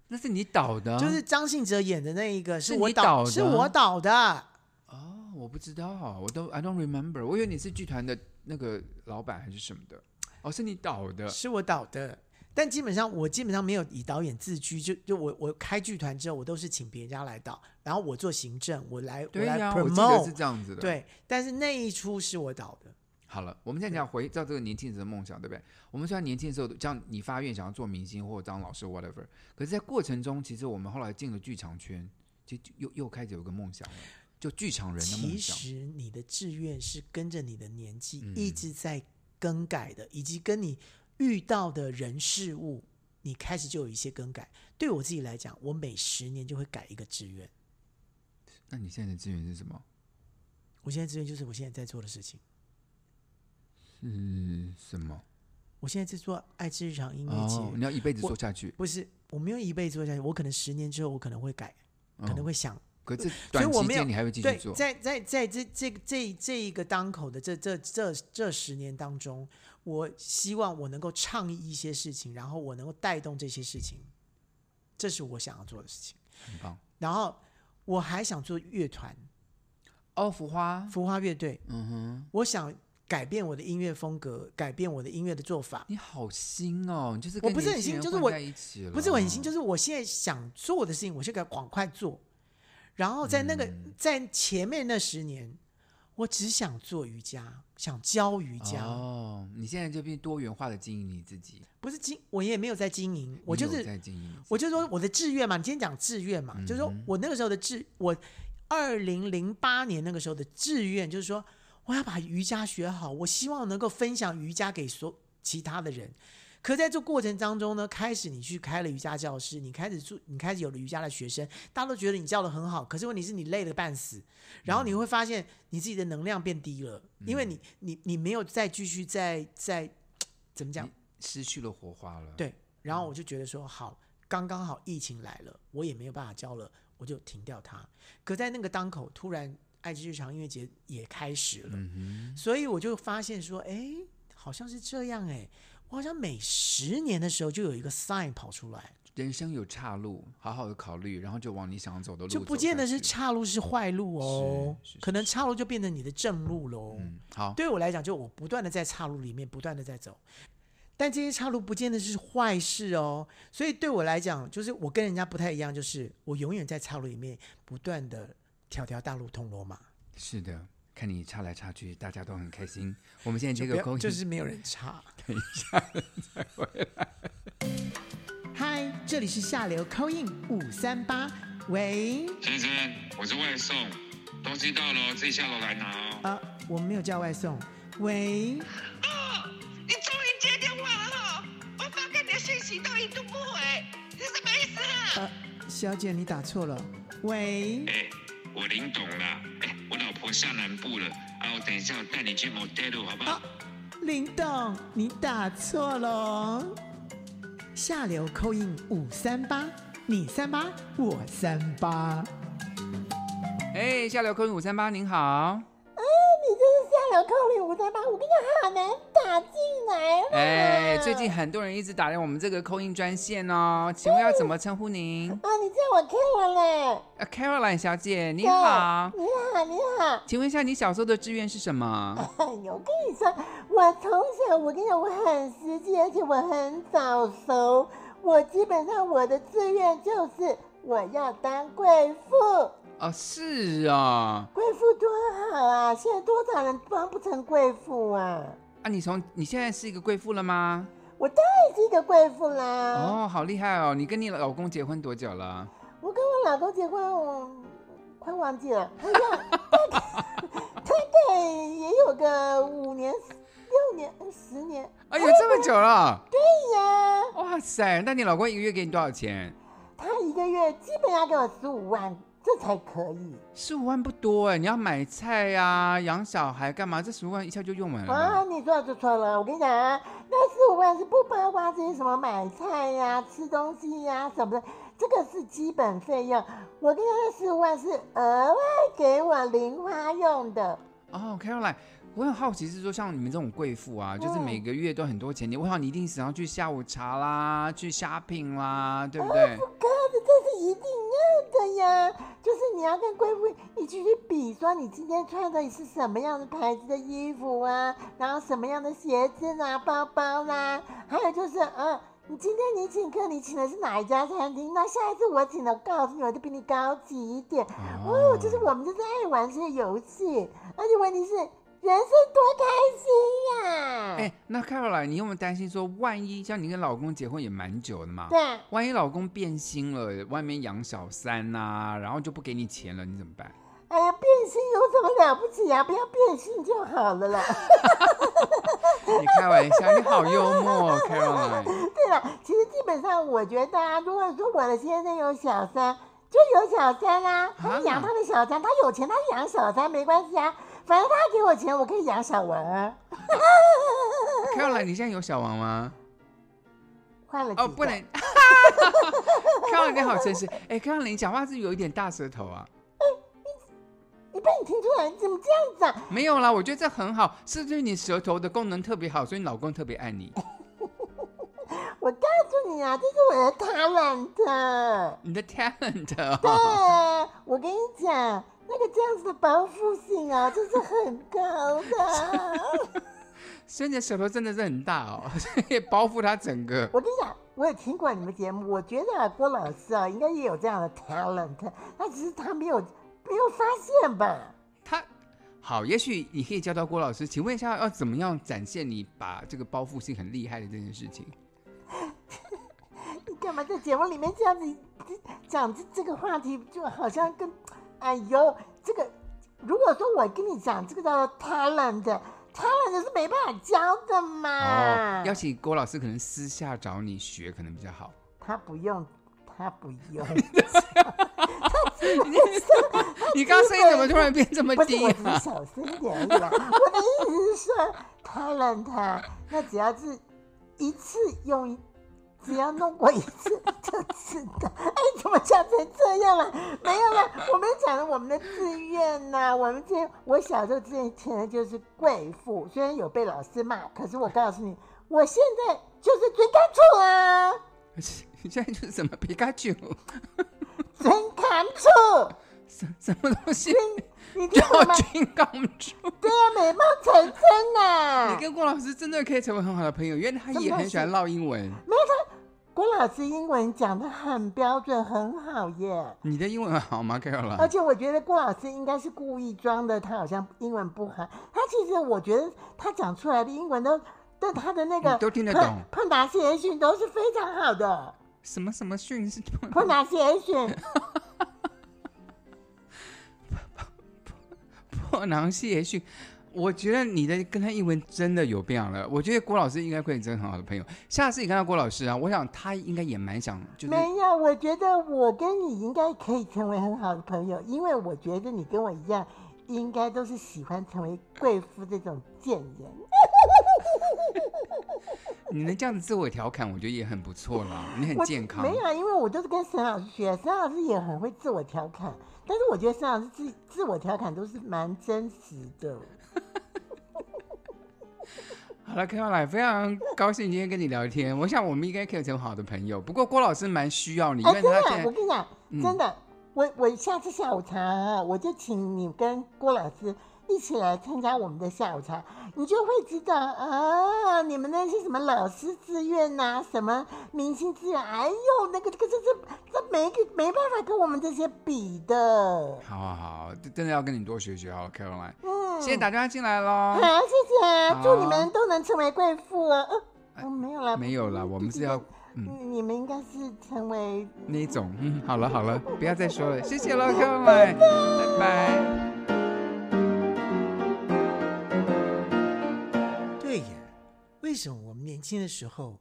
C: 那是你导的啊，
A: 就是张信哲演的那一个，
C: 是你
A: 我
C: 导
A: 导，
C: 的
A: 是我导的，
C: 哦，我不知道，我都 I don't remember，我以为你是剧团的那个老板还是什么的，哦，是你导的，
A: 是我导的。但基本上我基本上没有以导演自居，就就我我开剧团之后，我都是请别人家来导，然后我做行政，我来、我
C: 对
A: 来
C: 呀，我记得是
A: promote，
C: 这样子的。，
A: 对。但是那一出是我导的，
C: 好了，我们现在讲回到这个年轻人的梦想，对不对？我们虽然年轻的时候，像你发愿想要做明星或者当老师 whatever，可是，在过程中，其实我们后来进了剧场圈，其实就又又开始有个梦想了，就剧场人的梦
A: 其
C: 想。
A: 实你的志愿是跟着你的年纪
C: 嗯
A: 一直在更改的，以及跟你遇到的人事物，你开始就有一些更改。对我自己来讲，我每十年就会改一个志愿。
C: 那你现在的资源是什么？
A: 我现在志愿就是我现在在做的事情。
C: 是什么？
A: 我现在在做爱之日常音乐节，
C: 哦，你要一辈子
A: 我
C: 做下去，
A: 不是我没有一辈子做下去，我可能十年之后我可能会改，可能
C: 会。
A: 会想
C: 嗯可这
A: 所以
C: 短
A: 我
C: 期
A: 没有
C: 间你还会继续
A: 对
C: 做，，
A: 在在在这这这这一个当口的这这这这十年当中，我希望我能够倡议一些事情，然后我能够带动这些事情，这是我想要做的事情。
C: 很棒。
A: 然后我还想做乐团，
C: 哦，浮花，
A: 浮花乐队，
C: 嗯哼，
A: 我想改变我的音乐风格，改变我的音乐的做法。
C: 你好新哦，你就是
A: 我不是
C: 跟
A: 很新
C: 年轻人
A: 就是
C: 混
A: 我
C: 在一起了，
A: 不是我很新，就是我现在想做的事情，我就给它赶快做。然后在那个、在前面那十年，我只想做瑜伽，想教瑜伽。
C: 哦，你现在就变多元化的经营你自己，
A: 不是经，我也没有在经营，我
C: 你
A: 就
C: 有
A: 是
C: 在经营你自己，
A: 我就说我的志愿嘛，你今天讲志愿嘛，就是说我那个时候的志，我二零零八年那个时候的志愿就是说我要把瑜伽学好，我希望能够分享瑜伽给所其他的人。可在这过程当中呢，开始你去开了瑜伽教室，你开始做，你开始有了瑜伽的学生，大家都觉得你教的很好，可是问题是你累得半死，然后你会发现你自己的能量变低了，因为你你你没有再继续再再怎么讲
C: 你失去了火花了。，嗯
A: 对，然后我就觉得说好，刚刚好疫情来了，我也没有办法教了，我就停掉它。可在那个当口，突然爱之日常音乐节也开始了，
C: 嗯
A: 所以我就发现说，哎，好像是这样哎，我好像每十年的时候就有一个 sign 跑出来，
C: 哼，人生有岔路，好好的考虑，然后就往你想走的路
A: 就
C: 走
A: 不见得
C: 下
A: 是
C: 去。
A: 岔路是坏路哦
C: 是是，
A: 可能岔路就变成你的正路喽。
C: 嗯，好，
A: 对我来讲，就我不断的在岔路里面不断的在走，但这些岔路不见得是坏事哦。所以对我来讲，就是我跟人家不太一样，就是我永远在岔路里面不断的条条大路通罗马，
C: 是的，看你岔来岔去，大家都很开心。我们现在
A: 就
C: 这
A: 不
C: 个
A: 要
C: 勾引
A: 就是没有人
C: (laughs)
A: 差。等一下，再回来。嗨，这里是下流 c 印五三八，喂，
E: 先生，我是外送，东西到了哦自己下楼来拿哦。
A: 啊，我们没有叫外送，喂。
F: 哦，你终于接电话了哈、我发给你的信息都一度不回，你什么意思啊？
A: 呃，小姐，你打错了。喂，
E: 哎、我领懂了，哎、我老婆下南部了，啊，我等一下我带你去 motel 好不好？
A: 林董，你打错了哦。下流扣印五三八，你三八，我三八。
C: 哎，下流勾引五三八，您好。
G: 你这是下流扣零五三八，我跟你讲好难打进来了。啊
C: 哎，最近很多人一直打来我们这个扣印专线哦，请问要怎么称呼您？
G: 啊，你叫我 Karen 嘞？
C: 呃，Caroline 小姐，你好，
G: 你好，你好。
C: 请问一下你小时候的志愿是什么？
G: 哎呦，我跟你说，我从小我跟你讲，我很实际，而且我很早熟。我基本上我的志愿就是我要当贵妇。
C: 哦，是哦，
G: 贵妇多好啊！现在多少人当不成贵妇啊？
C: 啊，你从你现在是一个贵妇了吗？
G: 我当然是一个贵妇啦。
C: 哦，好厉害哦！你跟你老公结婚多久了？
G: 我跟我老公结婚，我快忘记了，好像大概大概也有个五年、六年、十年。
C: 哎呦，这么久了！
G: 对呀，
C: 哇塞，那你老公一个月给你多少钱？
G: 他一个月基本要给我十五万，这才可以。
C: 十五万不多哎，你要买菜呀、养小孩干嘛？这十五万一下就用完了
G: 啊，
C: 吧。
G: 你说就错了，我跟你讲啊，那十五万是不包括这些什么买菜呀、吃东西呀什么的，这个是基本费用。我跟你讲，那十五万是额外给我零花用的。
C: 哦，Caroline，我很好奇是说像你们这种贵妇啊，就是
G: 嗯
C: 每个月都很多钱，你我想你一定想要去下午茶啦，去 shopping 啦，对不对？
G: 哥的，这是一定要的呀，就是你要跟贵妇一起去比，说你今天穿的是什么样的牌子的衣服啊，然后什么样的鞋子啦、包包啦，还有就是，嗯，你今天你请客，你请的是哪一家餐厅？那下一次我请的，告诉你，我就比你高级一点。哦，就是我们就是爱玩这些游戏，而且问题是，人生多开心呀、
C: 哎、那 Caroline，你有没有担心说，万一像你跟老公结婚也蛮久的嘛？
G: 对。啊。
C: 万一老公变心了，外面养小三呐、然后就不给你钱了，你怎么办？
G: 哎呀，变心有什么了不起啊呀、不要变心就好了啦。
C: 你开玩笑，你好幽默哦，Caroline。
G: 对了，其实基本上我觉得啊，如果说我的先生有小三，就有小三啦、
C: 啊
G: 他养他的小三，他有钱他养小三没关系啊，反正他给我钱，我可以养小文儿。
C: Caroline，你现在有小王吗？
G: 换了
C: 哦，
G: 几
C: 不
G: 个
C: 能。Caroline，你 (laughs) 好真实。哎，Caroline，你讲话是不是有一点大舌头啊？
G: 你被你听出来，你怎么这样子啊？
C: 没有啦，我觉得这很好，是不是你舌头的功能特别好，所以你老公特别爱
G: 哦
C: 你？
G: 我告诉你啊，这是我的 talent。
C: 你的 talent 哦。
G: 对 (laughs) 啊，我跟你讲，那个这样子的包覆性啊，这是很
C: (laughs)
G: 高的。
C: 所以你的舌头真的是很大哦， (laughs) 所以包覆它整个。
G: 我跟你讲，我也听过你们节目，我觉得啊，郭老师啊，应该也有这样的 talent，那只是他没有没有发现吧？
C: 他好，也许你可以教到郭老师，请问一下，要怎么样展现你把这个包覆性很厉害的这件事情？
G: 你干嘛在节目里面这样子讲这这个话题，就好像跟，哎呦，这个如果说我跟你讲这个叫做 talent。超人的是没办法教的嘛。
C: 哦，要请郭老师可能私下找你学可能比较
G: (laughs)
C: 好。
G: 他不用，他不用。
C: 你刚刚声音怎么突然变这么
G: 不是，
C: 低
G: 我只是
C: 啊？
G: 小声一点而已啦。 (laughs) 我的意思是说，他让他，那只要是一次用一，只要弄过一次就知道。 (laughs) 哎，怎么讲成这样了？没有啦，我们讲了我们的志愿呐、我们这我小时候之前填的就是贵妇，虽然有被老师骂，可是我告诉你，我现在就是追干处啊，
C: 你 (laughs) 现在就是什么皮卡丘，
G: 追干处，
C: 什什么东西
G: 你听懂
C: 叫 (laughs)
G: 吗？
C: 军公主？
G: 对啊，美貌成真啊呐、
C: 你跟郭老师真的可以成为很好的朋友，因为他
G: 嗯什么
C: 也
G: 东
C: 很喜欢
G: 西
C: 唠英文。
G: 没有他，郭老师英文讲的很标准，很好耶。
C: 你的英文好吗啊
G: 而
C: ，Caroline？
G: 且我觉得郭老师应该是故意装的，他好像英文不好。他其实我觉得他讲出来的英文都，但他的那个
C: 嗯你都听得
G: 碰
C: 懂
G: 碰达谢尔逊都是非常
C: (laughs)
G: 好的。
C: 什么什么训是
G: 碰达谢尔逊，
C: 破囊系也许，我觉得你的跟他英文真的有变好了。我觉得郭老师应该会真很好的朋友。下次你看到郭老师啊，我想他应该也蛮想，就是
G: 没有，我觉得我跟你应该可以成为很好的朋友，因为我觉得你跟我一样，应该都是喜欢成为贵妇这种贱人。
C: 你能这样子自我调侃，我觉得也很不错啦。你很
G: 我
C: 健康
G: 没，有啊，因为我都是跟沈老师学，沈老师也很会自我调侃，但是我觉得沈老师自自我调侃都是蛮真实的。
C: 好了，Caroline，非常高兴今天跟你聊天。我想我们应该可以成为好的朋友。不过郭老师蛮需要你，因
G: 哎、
C: 为
G: 真
C: 他
G: 的啊，
C: 现在
G: 我
C: 嗯
G: 跟你讲，真的，我我下次下午茶、啊，我就请你跟郭老师。一起来参加我们的下午茶，你就会知道啊，你们那些什么老师志愿呐、什么明星志愿，哎呦，那个这个这这这没个没办法跟我们这些比的。
C: 好好好，真真的要跟你多学学好了，Caroline。
G: 嗯，
C: 谢谢打电话进来喽。
G: 好，啊谢谢，祝
C: 好啊哎
G: 你们都能成为贵妇啊！呃哦，没有啦，
C: 没有啦，
G: 嗯
C: 我们是要嗯
G: 嗯你们应该是成为
C: 那一种。嗯，好了好了，不要再说了，谢谢了，Caroline，拜拜。
A: 对耶，为什么我们年轻的时候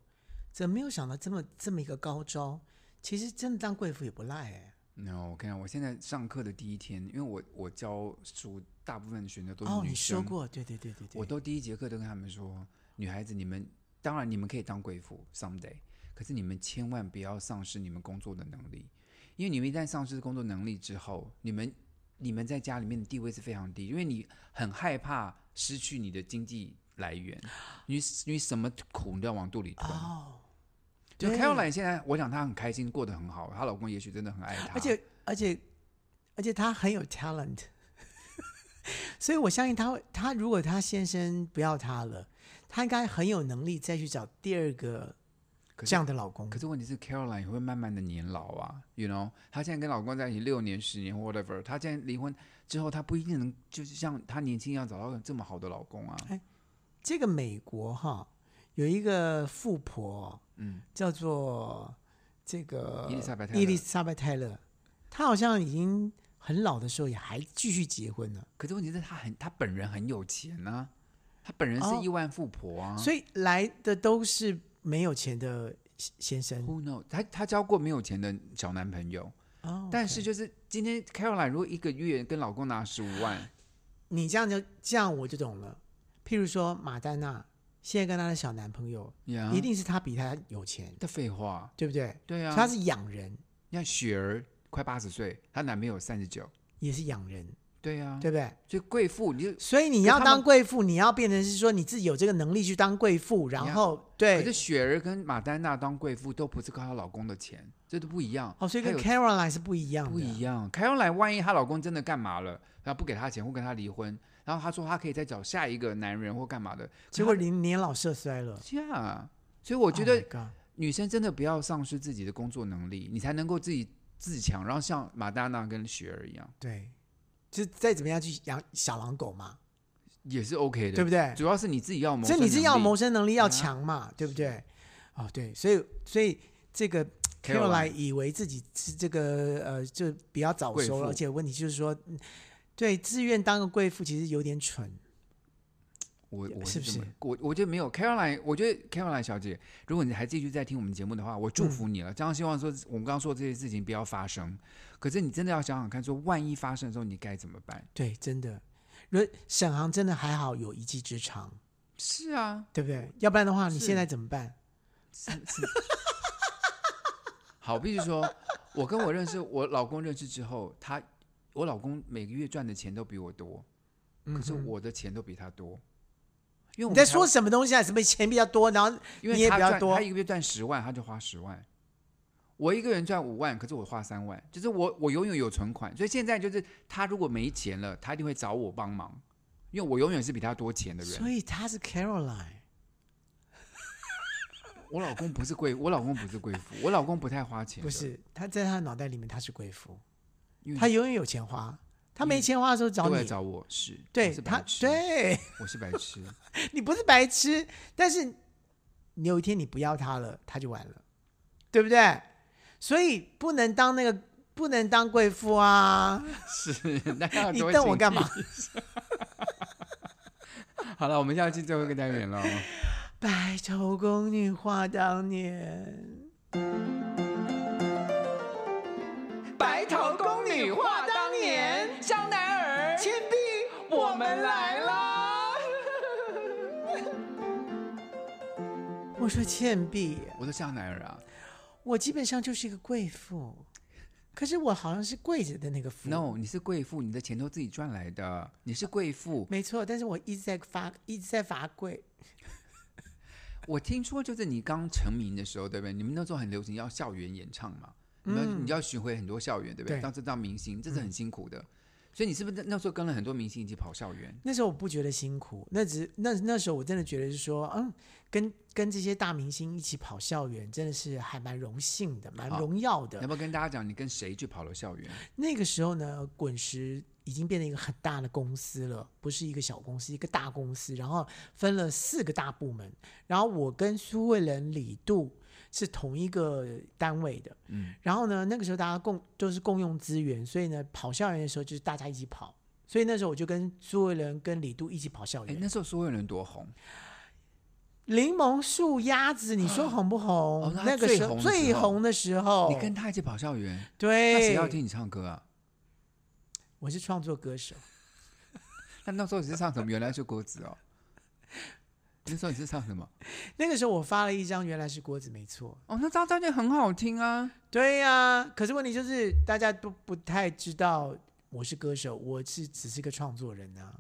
A: 怎么没有想到这么这么一个高招？其实真的当贵妇也不赖哎。
C: no，我跟你哦讲，我现在上课的第一天，因为我我教书，大部分选择都是
A: 哦，
C: 女
A: 你
C: 生，
A: 说过，对对对对对，
C: 我都第一节课都跟他们说，女孩子你们当然你们可以当贵妇 someday，可是你们千万不要丧失你们工作的能力，因为你们一旦丧失工作能力之后，你们你们在家里面的地位是非常低，因为你很害怕失去你的经济来源，你你什么苦你都要往肚里吞。
A: 哦，
C: 就
A: 对
C: Caroline 现在，我想她很开心，过得很好，她老公也许真的很爱她，
A: 而且而且而且他很有 talent，所以我相信他会，他如果他先生不要他了，他应该很有能力再去找第二个
C: 是
A: 这样的老公。
C: 可是问题是，Caroline 也会慢慢的年老啊，you know，她现在跟老公在一起六年、十年，whatever，她现在离婚之后，她不一定能就是像她年轻一样找到这么好的老公啊。
A: 这个美国哈有一个富婆，嗯，叫做这个
C: 伊丽莎白泰勒
A: 伊丽莎白泰勒，她好像已经很老的时候也还继续结婚呢，
C: 可是问题是，她很，她本人很有钱啊，她本人
A: 哦
C: 是亿万富婆啊。
A: 所以来的都是没有钱的先先生。
C: Who knows？她她交过没有钱的小男朋友，
A: 哦
C: 但是就是今天 Caroline 如果一个月跟老公拿十五万，
A: 你这样就这样我就懂了。譬如说马丹娜现在跟她的小男朋友，
C: 呀，
A: 一定是她比她有钱，
C: 的废话。
A: 对不对？
C: 啊对啊，
A: 所以她是养人，
C: 你看雪儿快八十岁，她男朋友三十九，
A: 也是养人，
C: 对啊，
A: 对不对？
C: 所以贵妇你就
A: 所以你
C: 可
A: 要
C: 他
A: 当
C: 们
A: 贵妇，你要变成是说你自己有这个能力去当贵妇，然后
C: 可是
A: 对，
C: 雪儿跟马丹娜当贵妇都不是靠她老公的钱，这都不一样。
A: 哦，所以
C: 她
A: 跟
C: 有
A: Caroline 是不一样的，
C: 不一样。凯恩来，万一她老公真的干嘛了，然后不给她钱或跟她离婚，然后她说她可以再找下一个男人或干嘛的，
A: 结果你年老色衰了。
C: 这样。啊所以我觉
A: Oh
C: 得
A: my God
C: 女生真的不要丧失自己的工作能力，你才能够自己自强，然后像马丹娜跟雪儿一样
A: 对，就是再怎么样去养小狼狗嘛，
C: 也是 OK 的，
A: 对不对
C: 主要是你自己要谋，
A: 所以你是要谋
C: 谋。
A: 生能力要
C: 啊
A: 强嘛，对不对？哦，对，所以所以这个
C: Caroline
A: Caroline 以为自己是这个呃，就比较早
C: 贵
A: 熟了，
C: 妇
A: 而且问题就是说，嗯对，自愿当个贵妇其实有点蠢，
C: 我我
A: 是不
C: 这么
A: 是
C: 我我觉得没有 Caroline，我觉得 Caroline 小姐，如果你还继续在听我们节目的话，我
A: 嗯
C: 祝福你了。当然希望说我们刚刚说的这些事情不要发生，可是你真的要想想看，说万一发生的时候你该怎么办？
A: 对，真的。如果沈航真的还好有一技之长，
C: 是啊，
A: 对不对？要不然的话，你
C: 是
A: 现在怎么办？
C: 是是。 (laughs) 好，必须说，我跟我认识我老公认识之后，他我老公每个月赚的钱都比我多，可是我的钱都比他多。因为
A: 嗯
C: 我
A: 你
C: 们
A: 在
C: 台
A: 说
C: 湾
A: 什么东西啊？什么钱比较多，然后
C: 因为
A: 你也
C: 他
A: 比较
C: 赚
A: 多
C: 他一个月赚十万，他就花十万。我一个人赚五万，可是我花三万，就是我我永远有存款，所以现在就是他如果没钱了，他一定会找我帮忙，因为我永远是比他多钱的
A: 所
C: 人。
A: 以他是 Caroline，
C: 我老公不是贵，我老公不是贵妇，我老公不太花钱，
A: 不，是？他在他的脑袋里面他是贵妇，
C: 因为
A: 他永远有钱花。他没钱花的时候找
C: 嗯都来
A: 你，
C: 找我是，我
A: 对
C: 是
A: 他
C: 白，痴，，
A: 对
C: 我是
A: (laughs)
C: 白痴，
A: 你不是白痴，但是你有一天你不要他了，他就完了，对不对？所以不能当那个，不能当贵妇啊！
C: 是，那要
A: 你
C: 多
A: 瞪我
C: 请
A: 干嘛？
C: 好了，我们要进最后一个单元了。哦
A: (laughs) 白头宫女话当年。
C: 白头宫女话当年，香奈儿、倩碧，我们来啦！
A: 我说倩碧，
C: 我说香奈儿啊
A: 我基本上就是一个贵妇，可是我好像是跪着的那个妇。
C: ，no，你是贵妇，你的钱都自己赚来的，你是贵妇。
A: 没错，但是我一直在发，一直在罚跪。
C: 我听说就是你刚成名的时候，对不对？你们那时候很流行要校园演唱嘛，你要、你要巡回很多校园，对不对？
A: 对
C: 当这当明星，这是很辛苦的。所以你是不是那时候跟了很多明星一起跑校园？
A: 那时候我不觉得辛苦，那只那那时候我真的觉得是说，嗯，跟跟这些大明星一起跑校园，真的是还蛮荣幸的，蛮
C: 好
A: 荣耀
C: 要
A: 的。
C: 不要跟大家讲你跟谁去跑了校园？哎
A: 那个时候呢，滚石已经变成一个很大的公司了，不是一个小公司，一个大公司，然后分了四个大部门。然后我跟苏慧伦、李杜是同一个单位的，
C: 嗯，
A: 然后呢，那个时候大家共都是共用资源，所以呢，跑校园的时候就是大家一起跑。所以那时候我就跟苏慧伦、跟李杜一起跑校
C: 哎，
A: 园。
C: 那时候所有人多红，
A: 柠檬树鸭子，你说红不红？
C: 哦那
A: 那个时候
C: 最红的时候
A: 最红的时候，
C: 你跟他一起跑校园，
A: 对，
C: 那谁要听你唱歌啊？
A: 我是创作歌手，
C: 那那时候你是唱什么？原来是郭子哦。 (laughs) 那时候你是唱什么？
A: 那个时候我发了一张，原来是郭子，没错。
C: 哦，那张专辑很好听啊。
A: 对呀、可是问题就是大家都不太知道我是歌手，我是只是个创作人呐、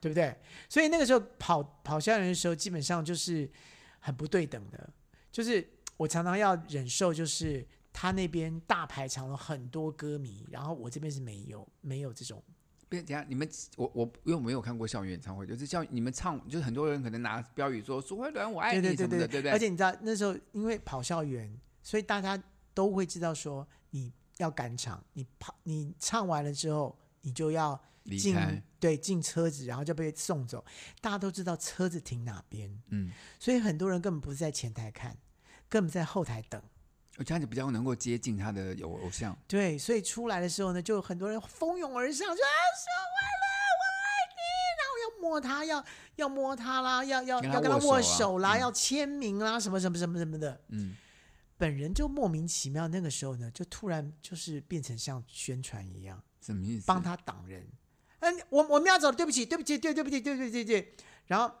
A: 对不对？所以那个时候跑跑校园的时候，基本上就是很不对等的，就是我常常要忍受，就是他那边大排长龙很多歌迷，然后我这边是没有没有这种
C: 别等一下，你们我我因为我没有看过校园演唱会，就是叫你们唱，就是很多人可能拿标语说“苏慧伦我爱
A: 对
C: 你”
A: 对对
C: 什么
A: 对
C: 的，对不对？
A: 而且你知道那时候因为跑校园，所以大家都会知道说你要赶场，你跑你唱完了之后，你就要
C: 离
A: 进
C: 开
A: 对进车子，然后就被送走。大家都知道车子停哪边，
C: 嗯，
A: 所以很多人根本不是在前台看，根本在后台等。
C: 我这样子比较能够接近他的偶偶像。
A: 对，所以出来的时候呢，就有很多人蜂拥而上，说啊，说完了，我爱你，然后要摸他，要要摸他啦，要要
C: 跟他
A: 要跟他
C: 握
A: 握
C: 手啊
A: 手啦，
C: 嗯
A: 要签名啦，什么什么什么什么的。
C: 嗯，
A: 本人就莫名其妙，那个时候呢，就突然就是变成像宣传一样，
C: 什么意思？
A: 帮他挡人。嗯，我我们要走了，对不起，对不起，对对不起，对对对对。然后，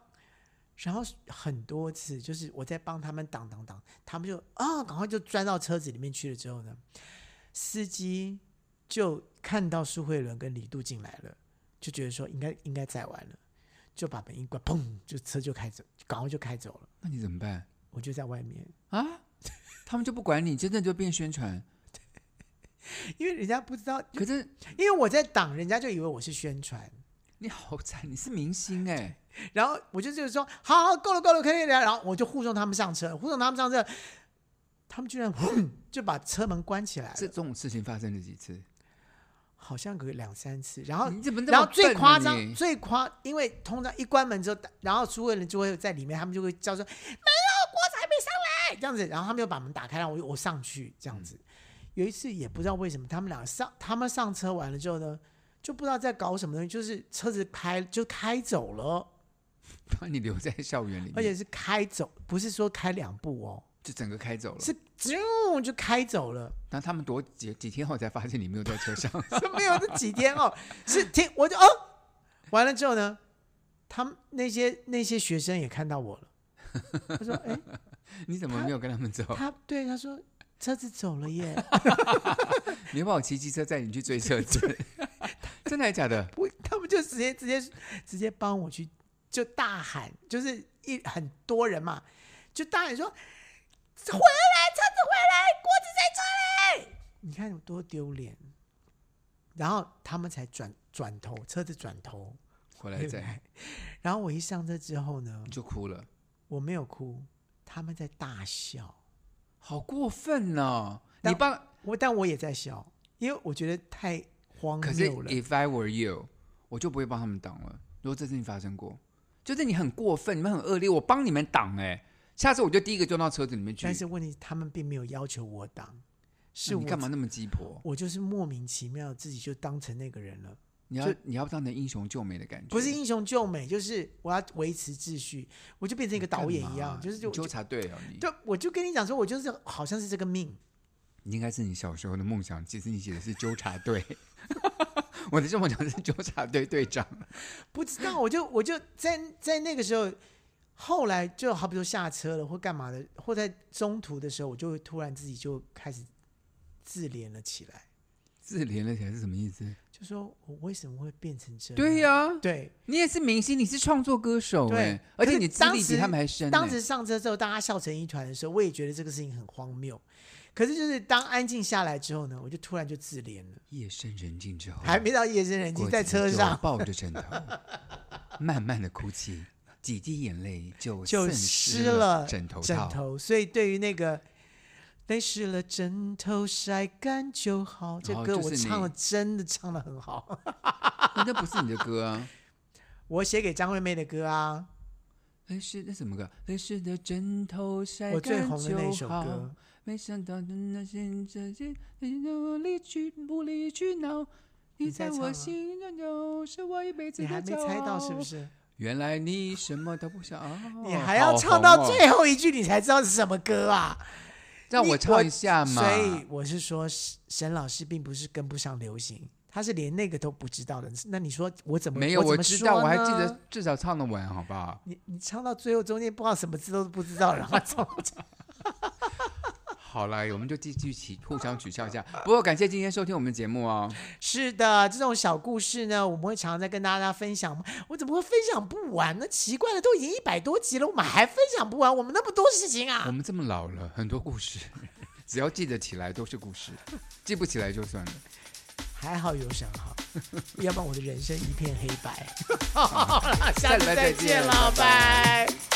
A: 然后很多次，就是我在帮他们挡挡挡，他们就啊，赶快就钻到车子里面去了。之后呢，司机就看到苏慧伦跟李杜进来了，就觉得说应该应该载完了，就把门一关，砰，就车就开走，赶快就开走了。
C: 那你怎么办
A: 我就在外面，
C: 啊？他们就不管你，真的就变宣传。
A: 因为人家不知道，
C: 可是
A: 因为我在挡，人家就以为我是宣传，
C: 你好惨，你是明星哎、
A: 然后我就就是说，好好够了够了，可以了，然后我就护送他们上车，护送他们上车，他们居然轰就把车门关起来
C: 这
A: 了
C: 这，种事情发生了几次？
A: 好像有两三次，然后
C: 你怎么那么
A: 然后最
C: 笨啊
A: 夸张
C: 你
A: 最夸，因为通常一关门之后，然后所有人就会在里面，他们就会叫说没有锅子还没上来这样子，然后他们又把门打开，让我我上去这样子。
C: 嗯
A: 有一次也不知道为什么，他们俩上他们上车完了之后呢，就不知道在搞什么东西，就是车子开就开走了。
C: 把你留在校园里面，
A: 而且是开走，不是说开两步哦，
C: 就整个开走了。
A: 是就就开走了。
C: 然后他们多几几天后才发现你没有在车上， (laughs)
A: 这没有，这几天哦， (laughs) 是听我就哦，完了之后呢，他们那些那些学生也看到我了，他说：“哎，
C: 你怎么没有跟他们走？
A: 他对他说车子走了耶。
C: 你要不要我骑机车载你去追
A: (laughs)
C: 车子？真的还假的？
A: 我” (laughs) 他们就直接直接直接帮我去就大喊，就是一很多人嘛，就大喊说：“回来，车子回来，锅子在这里！”你看有多丢脸。然后他们才转转头，车子转头，
C: 回来再
A: 然后我一上车之后呢
C: 你，就哭了，
A: 我没有哭，他们在大笑，
C: 好过分哦！
A: 但
C: 你爸
A: 我但我也在笑，因为我觉得太荒
C: 可是
A: 谬了。
C: if I were you，我就不会帮他们挡了。如果这事情发生过，就是你很过分，你们很恶劣，我帮你们挡哎、下次我就第一个钻到车子里面去。
A: 但是问题，他们并没有要求我当，是
C: 那
A: 我
C: 你干嘛？那么鸡婆？
A: 我就是莫名其妙自己就当成那个人了，
C: 你要
A: 就
C: 你要当成英雄救美的感觉，
A: 不是英雄救美，就是我要维持秩序，我就变成一个导演一
C: 干
A: 样
C: 嘛，
A: 就是就
C: 你纠察队啊！你
A: 就我就跟你讲说，我就是好像是这个命，
C: 你应该是你小时候的梦想，其实你写的是纠察队。 (laughs) 我的这梦想是纠察队
A: (laughs)
C: 队长，
A: 不知道，我就我就在在那个时候，后来就好比说下车了或干嘛的，或在中途的时候，我就会突然自己就开始自怜了起来，
C: 自怜了起来是什么意思？
A: 就说我为什么会变成这样？
C: 对、呀、
A: 对
C: 你也是明星，你是创作歌手哎、
A: 对，
C: 而且
A: 可
C: 你
A: 是
C: 资
A: 当
C: 历比
A: 时
C: 他们还深、欸。
A: 当时上车之后，大家笑成一团的时候，我也觉得这个事情很荒谬。可是就是当安静下来之后呢，我就突然就自怜了，
C: 夜深人静之后，
A: 还没到夜深人静，
C: 我
A: 在车上
C: 抱着枕头，慢慢的哭泣，几滴眼泪就
A: 就
C: 渗
A: 湿
C: 湿
A: 了
C: 枕头
A: 枕
C: 套。
A: 头，所以对于那个“泪湿了枕头，晒干就好”这
C: 然后
A: 歌，
C: 哦就
A: 我
C: 是
A: 唱的
C: 你
A: 真的唱的很好。
C: (laughs)
A: (laughs)
C: 那不是你的歌啊。
A: 我写给张惠妹的歌啊，
C: 泪湿哎那什么歌？泪湿的枕头晒
A: 我
C: 干
A: 最红
C: 就好。
A: 的那一首歌。
C: 没想到那些这些，你让我离去不离去闹，
A: 你
C: 你
A: 在
C: 在
A: 唱啊
C: 我心中有，是我一辈子
A: 你
C: 的
A: 还没
C: 骄
A: 猜到是
C: 傲
A: 不？是？
C: 原来你什么都不想，哦
A: 你还要唱到最，后一句，你才知道是什么歌啊？
C: 好红哦让
A: 你
C: 我唱一下嘛。
A: 所以我是说，沈沈老师并不是跟不上流行，他是连那个都不知道的。那你说我怎么
C: 没有，
A: 我
C: 我
A: 怎么
C: 知道，
A: 说
C: 我还记
A: 呢
C: 得至少唱得完，好不好？
A: 你你唱到最后中间不知道什么字都不知道，然后唱
C: 好了，我们就继续取互相取笑一下。不过感谢今天收听我们的节目哦。
A: 是的，这种小故事呢，我们会常常在跟大家分享。我怎么会分享不完呢？奇怪了，都已经一百多集了，我们还分享不完，我们那么多事情
C: 我
A: 啊！
C: 们这么老了，很多故事， (laughs) 只要记得起来都是故事，记不起来就算了。
A: 还好有沈好，
C: (laughs)
A: 要不然我的人生一片黑白。好啦，下 (laughs)
C: 下礼
A: 次
C: 拜
A: 再
C: 再
A: 见
C: 见
A: 了，
C: 拜拜
A: 拜